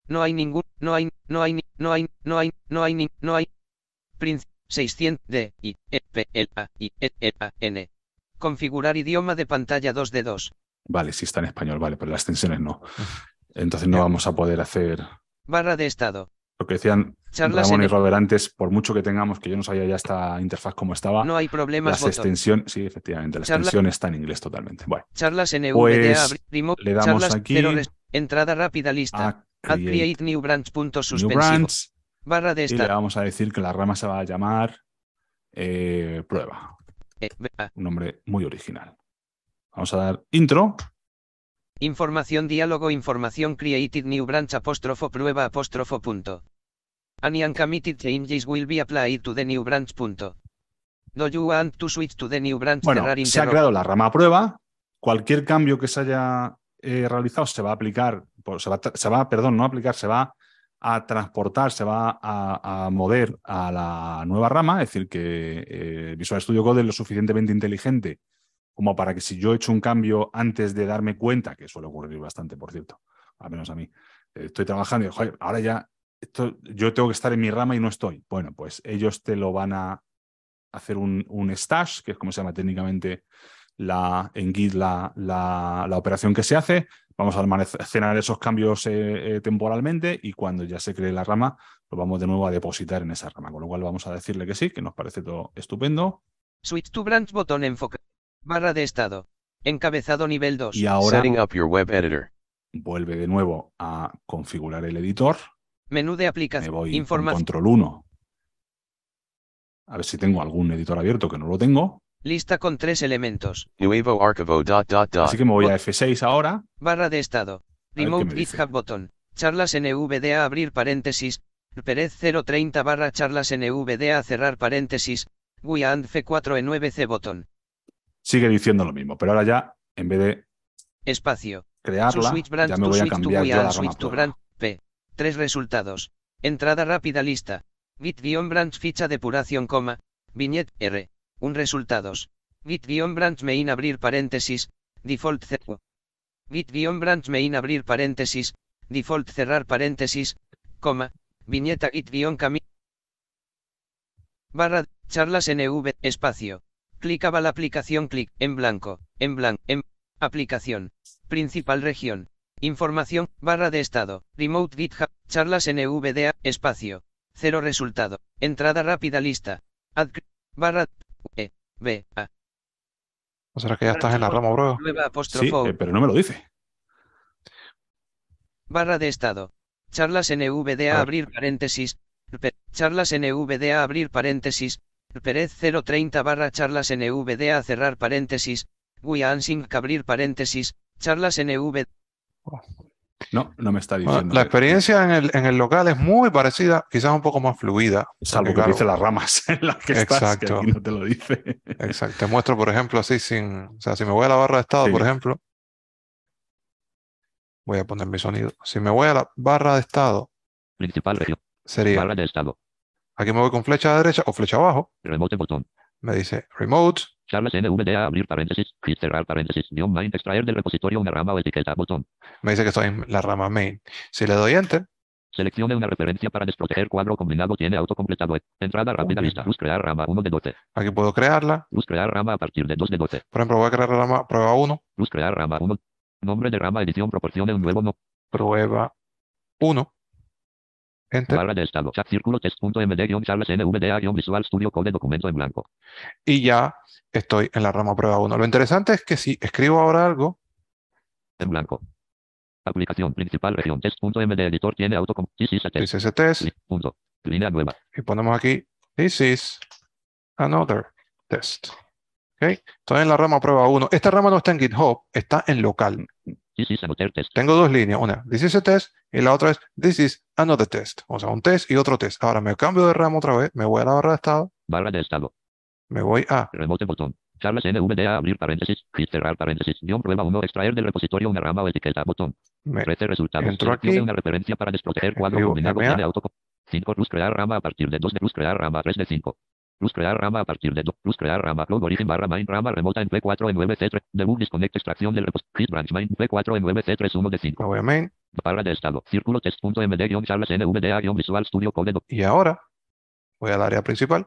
No hay ningún, no hay, no hay, ni- no hay, no hay, no hay, ni- no hay. Prince 600 D I E P L A I E L A N. Configurar idioma de pantalla 2 de 2. Vale, sí está en español, vale, pero las (laughs) extensiones no. Entonces no vamos a poder hacer Barra de estado. lo que decían Charlas Ramón y en E. Robert antes, por mucho que tengamos, que yo no sabía ya esta interfaz cómo estaba, No hay problemas ah, las botón. extensiones, sí, efectivamente, la Charla- extensión está en inglés totalmente. Bueno, Charlas en E Pues, remote, le damos charlas aquí cero res- entrada rápida lista. a Add create create new branch punto new suspensivo. branch Barra de y le estado. vamos a decir que la rama se va a llamar eh, prueba, E, B, A. un nombre muy original. Vamos a dar intro, Información diálogo información created new branch apóstrofo prueba apóstrofo punto. Any uncommitted changes will be applied to the new branch punto. Do you want to switch to the new branch Bueno, cerrar se ha interro- creado la rama prueba. Cualquier cambio que se haya eh, realizado se va a aplicar, por- se va, a tra- se va, perdón, no a aplicar, se va a transportar, se va a, a mover a la nueva rama. Es decir, que eh, Visual Studio Code es lo suficientemente inteligente como para que si yo he hecho un cambio antes de darme cuenta, que suele ocurrir bastante, por cierto, al menos a mí, eh, estoy trabajando y digo, joder, ahora ya esto, yo tengo que estar en mi rama y no estoy. Bueno, pues ellos te lo van a hacer un, un stash, que es como se llama técnicamente la, en Git la, la- la operación que se hace. Vamos a almacenar esos cambios eh, eh, temporalmente y cuando ya se cree la rama, lo vamos de nuevo a depositar en esa rama. Con lo cual vamos a decirle que sí, que nos parece todo estupendo. Switch to branch botón enfoque. Barra de estado. Encabezado nivel 2. Y ahora Pues, Setting up your web editor. vuelve de nuevo a configurar el editor. Menú de Me aplicación. voy con Información. control 1. A ver si tengo algún editor abierto que no lo tengo. Lista con tres elementos. Nuevo archivo dot dot dot. Así que me voy a F6 ahora. Barra de estado. ver qué Remote me dice. GitHub botón. Charlas NVDA abrir paréntesis. Pérez 030 barra charlas NVDA cerrar paréntesis. GUI and F4E9C botón. Sigue diciendo lo mismo, pero ahora ya, en vez de Espacio. Su crearla, switch branch ya me to voy a switch to cambiar GUI yo a la and rama switch to prueba. branch. P. Tres resultados. Entrada rápida lista. Git-branch ficha depuración coma. Viñet R. Un resultados. Git-branch main abrir paréntesis. Default cerro. Git-branch main abrir paréntesis. Default cerrar paréntesis. Coma. Viñeta git-cami. Barra. Charlas NV. Espacio. Clicaba la aplicación clic, en blanco, en blanco, en aplicación. Principal región. Información, barra de estado, remote GitHub, charlas NVDA, espacio. Cero resultado. Entrada rápida lista. Add, barra, E, B, A, ¿No será que ya estás en la rama, bro? nueva Sí, apóstrofo, eh, pero no me lo dice. barra de estado. Charlas A Ah. ver. NVDA, abrir paréntesis. Pe- charlas NVDA, abrir paréntesis. Pérez 030 barra charlas NVDA, cerrar paréntesis. Guía Ansing, abrir paréntesis. Charlas NV. No, no me está Bueno, diciendo. la experiencia en el, en el local es muy parecida, quizás un poco más fluida. Salvo que porque, claro, dice las ramas (laughs) en las que estás, que Exacto. aquí no te lo dice. Exacto. Te muestro, por ejemplo, así sin. O sea, si me voy a la barra de estado, Sí. por ejemplo. Voy a poner mi sonido. Si me voy a la barra de estado, Principal región. sería. Barra de estado. Aquí me voy con flecha derecha o flecha abajo. Remote botón. Me dice remote. Charlas NVDA, abrir paréntesis, hit, cerrar paréntesis, guión main, extraer del repositorio una rama o etiqueta, botón. Me dice que estoy en la rama main. Si le doy enter, Seleccione una referencia para desproteger cuadro combinado tiene autocompletado. Entrada rápida lista. Luz crear rama 1 de 12. aquí puedo crearla. Luz crear rama a partir de 2 de 12. Por ejemplo, voy a crear la rama prueba 1, Luz crear rama 1. Nombre de rama edición proporcione un nuevo no. prueba 1. Enter. Barra de estado. Chat círculo test.md charlas nvda visual studio code documento en blanco. Y ya estoy en la rama prueba 1. Lo interesante es que si escribo ahora algo, En blanco. Aplicación principal región test.md editor tiene autocom. Sí, sí, se test. dice ese test. Li- Punto. Línea nueva. y ponemos aquí, this is another test. ¿Ok? Estoy en la rama prueba 1. Esta rama no está en GitHub, está en local. Sí, sí, sabotear test. Tengo dos líneas, una, this is a test, y la otra es, this is another test. O sea, un test y otro test. Ahora me cambio de rama otra vez, me voy a la barra de estado, Barra de estado. me voy a, Remote botón. Charlas NVDA abrir paréntesis. Hit cerrar paréntesis. Guión prueba 1 extraer del repositorio una rama o etiqueta. Botón. me- 13 resultados. Entro Seleccione aquí. Eh, una referencia para desproteger cuadro Escribo combinado MA. tiene auto. 5 plus crear rama a partir de 2 de plus crear rama 3 de 5. Plus crear rama a partir de 2. Plus crear rama cloud origin barra main rama remota en P4 en 9 C3. Debug disconnect extracción del repos. Hit branch main P4 en 9 C3 1 de 5. me voy a main, Barra de estado. Círculo test.md-charlas nvda-visual studio code doc. y ahora voy al área principal.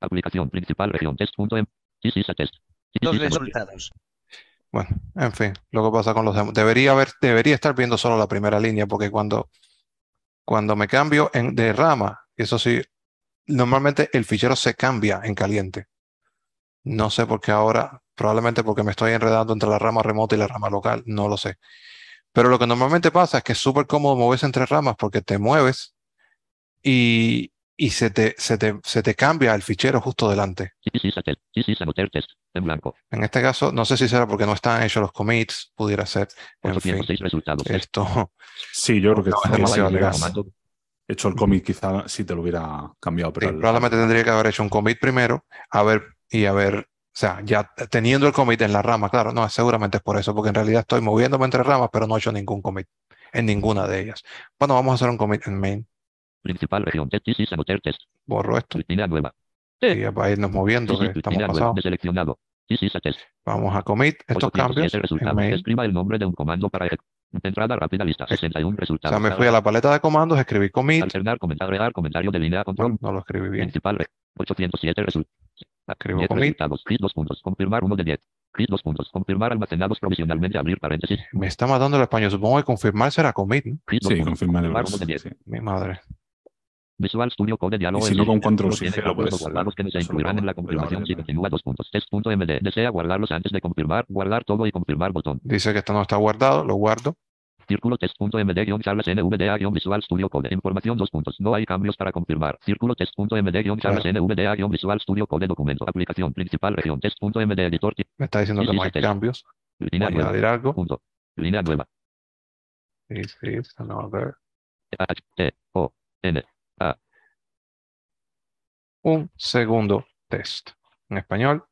Aplicación principal región test.m. Sí, sí, se test. Sí, Los sí, se- resultados. Bueno, en fin, lo que pasa con los demos. Debería haber, debería estar viendo solo la primera línea, porque cuando, cuando me cambio en, de rama, eso sí, normalmente el fichero se cambia en caliente. No sé por qué ahora, probablemente porque me estoy enredando entre la rama remota y la rama local, no lo sé. Pero lo que normalmente pasa es que es súper cómodo moverse entre ramas porque te mueves y, y se te, se te, se te cambia el fichero justo delante. Sí, sí, se test. Sí, sí, se anotar test. En blanco. En este caso, no sé si será porque no están hechos los commits, pudiera ser. En fin, 806 resultados. esto (laughs) Sí, yo creo que No, que no, si no, hubieras no, comando. hecho el cómic, quizá sí te lo hubiera cambiado, pero sí, el- eh, probablemente tendría que haber hecho un commit primero, a ver, y a ver, o sea, ya teniendo el commit en la rama, claro, no, seguramente es por eso, porque en realidad estoy moviéndome entre ramas, pero no he hecho ningún commit en ninguna de ellas. Bueno, vamos a hacer un commit en main. Principal región test. Sí, sí, se anotar test. Borro esto Línea nueva. y ya para irnos moviendo, Sí, pues, sí, que estamos línea web, pasados. deseleccionado. Sí, sí, se test. Vamos a commit estos cambios 807 en resultados. main. Escriba el nombre de un comando para ejecutar. Entrada rápida lista. 61 O resultados. sea, me fui a la paleta de comandos, escribí commit, Alternar, comentar, agregar, comentario de línea control. bueno, no lo escribí bien, Principal eh, red. 807 resultados. Escribo 10 commit. Ah, resultados. Hit 2 puntos. Confirmar 1 de 10. Hit 2 puntos. Confirmar almacenados provisionalmente. Abrir paréntesis. me está matando el español, supongo que confirmar será commit, ¿no? Hit 2 Sí, puntos. confirma el Confirmar verso, 1 de 10. sí. Mi madre. Visual Studio Code diálogo. Y si no, con control Tiene C, lo puedes cambios guardados que no se solo incluirán en con- la confirmación la- si continúa dos puntos. Test.md. Desea guardarlos antes de confirmar. Guardar todo y confirmar botón. Dice que esto no está guardado, lo guardo. Círculo test.md-charlas nvda-visual studio code. Información dos puntos. No hay cambios para confirmar. Círculo test.md-charlas nvda-visual studio code. Documento. Aplicación principal región test.md editor. ti- Me está diciendo Sí, que sí, no hay se te- cambios. Voy a Línea nueva. añadir algo. Punto. Línea nueva. This is another. H T O N. Un segundo test. En español.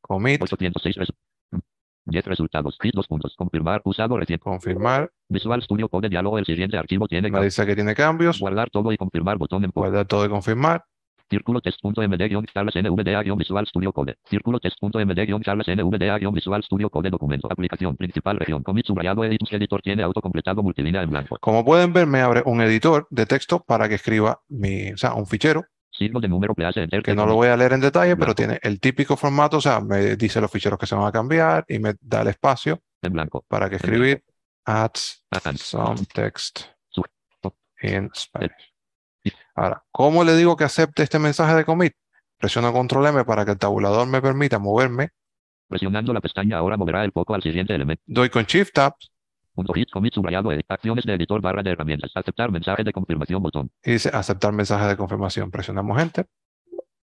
Commit, 806 resu- 10 resultados. Hit dos puntos. Confirmar. Usado recién. confirmar. Visual Studio Code diálogo. El siguiente archivo tiene Me dice que tiene cambios. Guardar todo y confirmar botón en Guardar todo y confirmar. Círculo test.md-charlas nvda-visual studio code. Círculo test.md-charlas nvda-visual studio code documento. Aplicación principal región commit subrayado editus editor tiene autocompletado multilínea en blanco. Como pueden ver, me abre un editor de texto para que escriba mi, o sea, un fichero signo de número clase enter. que no lo voy a leer en detalle, pero Blanco. tiene el típico formato, o sea, me dice los ficheros que se van a cambiar y me da el espacio En blanco. para que escribir adds Add some text Su- in Spanish. Ahora, ¿cómo le digo que acepte este mensaje de commit? Presiono control M para que el tabulador me permita moverme. Presionando la pestaña ahora moverá el foco al siguiente elemento. Doy con shift tab Punto hit commit subrayado edit. Acciones de editor barra de herramientas. Aceptar mensaje de confirmación botón. y dice aceptar mensaje de confirmación. Presionamos enter.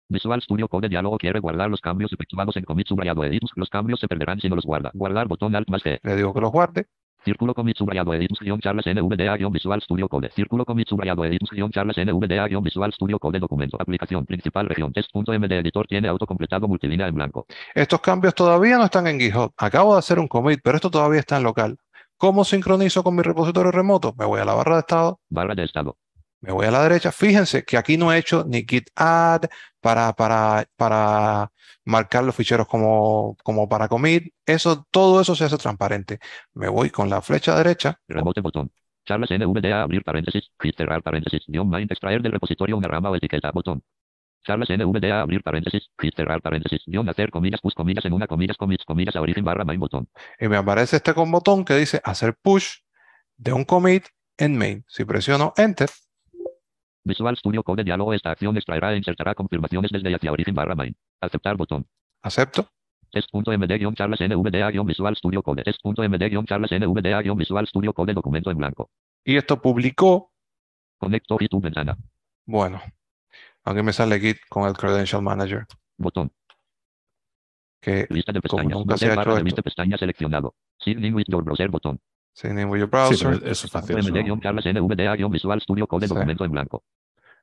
Visual Studio Code diálogo quiere guardar los cambios efectuados en commit subrayado edit. Los cambios se perderán si no los guarda. Guardar botón alt más G. Le digo que los guarde. Círculo commit subrayado edit. Guión charlas NVDA guión Visual Studio Code. Círculo commit subrayado edit. Guión charlas NVDA guión Visual Studio Code. Documento. Aplicación principal región. Test.md editor tiene autocompletado multilínea en blanco. Estos cambios todavía no están en GitHub. Acabo de hacer un commit, pero esto todavía está en local. ¿Cómo sincronizo con mi repositorio remoto? Me voy a la barra de estado, Barra de estado. me voy a la derecha. Fíjense que aquí no he hecho ni git add para, para, para marcar los ficheros como, como para commit. Eso, todo eso se hace transparente. Me voy con la flecha derecha. Remote botón. Charlas NVDA abrir paréntesis, hit cerrar paréntesis, guión main extraer del repositorio una rama o etiqueta botón. Charlas NVDA abrir paréntesis, hit cerrar paréntesis, guión hacer comillas, push comillas en una comillas, comillas, comillas a origen barra main botón. y me aparece este con botón que dice hacer push de un commit en main. Si presiono enter, Visual Studio Code diálogo esta acción extraerá e insertará confirmaciones desde y hacia origen barra main. Aceptar botón. acepto. Test.md guión charlas NVDA guión Visual Studio Code. Test.md guión charlas NVDA guión Visual Studio Code documento en blanco. Y esto publicó. Conecto y tu ventana. Bueno, aquí me sale git con el credential manager. Botón. Que Lista de Como pestañas. nunca se ha Browser barra hecho de lista pestaña seleccionado. Sign with your browser botón. sign in with your Sí, browser. pero eso es fácil. eso no- MD-Visual Studio Code Sí. documento en blanco.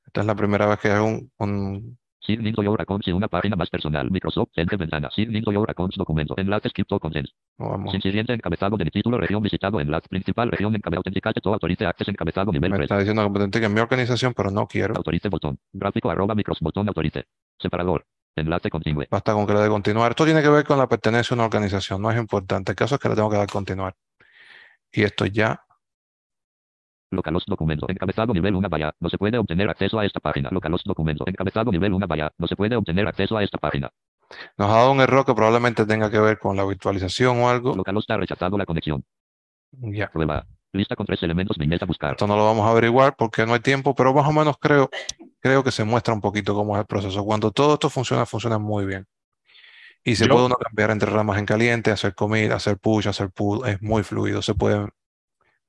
Esta es la primera vez que hago un, un- Signing to your accounts y una página más personal. Microsoft Edge ventana. Signing to your accounts documento. Enlace script o consent. no, vamos, Sin siguiente encabezado de mi título región visitado. Enlace principal región encabezado. Autenticate todo. Autorice access encabezado nivel me 3. está diciendo que me autentique en mi organización, pero no quiero. Autorice botón. Gráfico arroba micros botón autorice. Separador. Enlace continue. Basta con que le dé continuar. Esto tiene que ver con la pertenencia a una organización, no es importante. El caso es que le tengo que dar continuar. Y esto ya, Localos documento. Encabezado nivel 1 vaya. No se puede obtener acceso a esta página. Localos documento. Encabezado nivel 1 vaya. No se puede obtener acceso a esta página. nos ha dado un error que probablemente tenga que ver con la virtualización o algo. Localos está rechazado la conexión. Ya. Prueba. Lista con tres elementos. Viñeta buscar. Esto no lo vamos a averiguar porque no hay tiempo, pero más o menos creo, creo que se muestra un poquito cómo es el proceso. Cuando todo esto funciona, funciona muy bien. Y se Yo- puede uno cambiar entre ramas en caliente, hacer commit, hacer push, hacer pull, es muy fluido. Se puede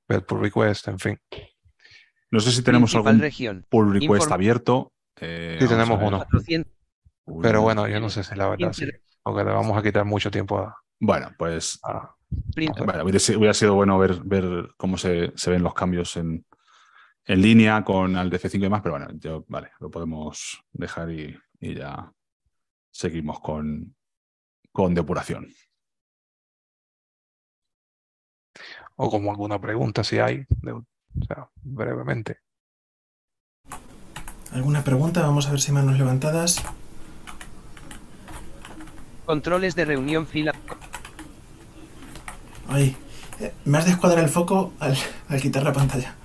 ver pull request, en fin. No sé si tenemos Principal algún región. pull request Informa- abierto. Eh, vamos Sí, a tenemos ver. uno. 400, Uno. Pero bueno, yo no sé si la verdad, sí, Inter- porque le vamos a quitar mucho tiempo a... Bueno, pues a- print- bueno, hubiera, sido, hubiera sido bueno ver, ver cómo se, se ven los cambios en, en línea con el DC5 y demás, pero bueno, yo, vale, lo podemos dejar y, y ya seguimos con, con depuración. o como alguna pregunta, si hay, de- o sea, brevemente. ¿Alguna pregunta? Vamos a ver si hay manos levantadas. Controles de reunión fila. Ay, eh, me has descuadrado el foco al, al quitar la pantalla.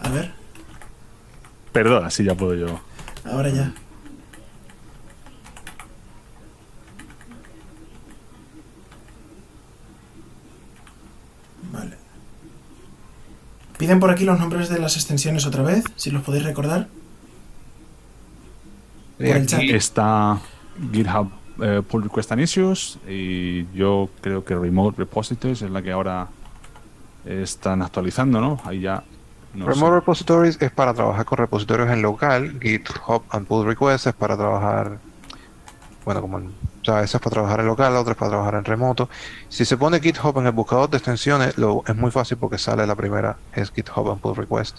A ver, Perdón, así ya puedo yo. ahora ya. Vale. Piden por aquí los nombres de las extensiones otra vez, si los podéis recordar. Y Por el aquí- chat. Está GitHub eh, Pull Request and Issues y yo creo que Remote Repositories es la que ahora están actualizando, ¿no? Ahí ya. No sé. Remote Repositories es para trabajar con repositorios en local, GitHub and Pull Requests es para trabajar, bueno, como, en- o sea, esa es para trabajar en local, la otra es para trabajar en remoto. Si se pone GitHub en el buscador de extensiones, lo, es muy fácil porque sale la primera, es GitHub and Pull Request.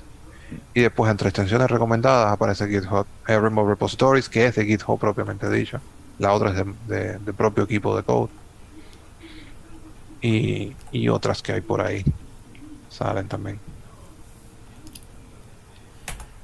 Y después entre extensiones recomendadas aparece GitHub, eh, Remote Repositories, que es de GitHub propiamente dicho. La otra es de, de- de propio equipo de code. Y, y otras que hay por ahí salen también.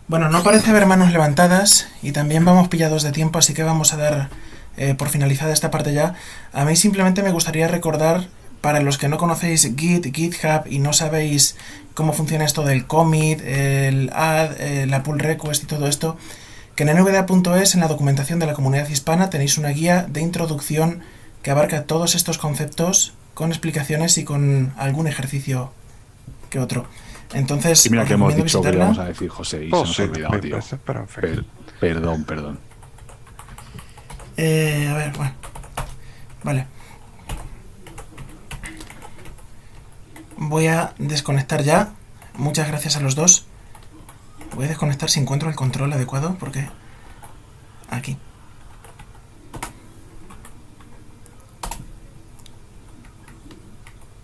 Bueno, no parece haber manos levantadas y también vamos pillados de tiempo, así que vamos a dar eh, por finalizada esta parte ya. A mí simplemente me gustaría recordar, para los que no conocéis Git, GitHub y no sabéis cómo funciona esto del commit, el add, eh, la pull request y todo esto, que en nvda.es, en la documentación de la comunidad hispana, tenéis una guía de introducción que abarca todos estos conceptos con explicaciones y con algún ejercicio que otro. Entonces, Y mira os que hemos recomiendo dicho que le visitarla. vamos a decir José y Oh, se sí, nos ha olvidado, me tío. parece perfecto. Per- perdón, perdón. Eh, a ver, bueno. Vale. Voy a desconectar ya. Muchas gracias a los dos. Voy a desconectar si encuentro el control adecuado porque... Aquí.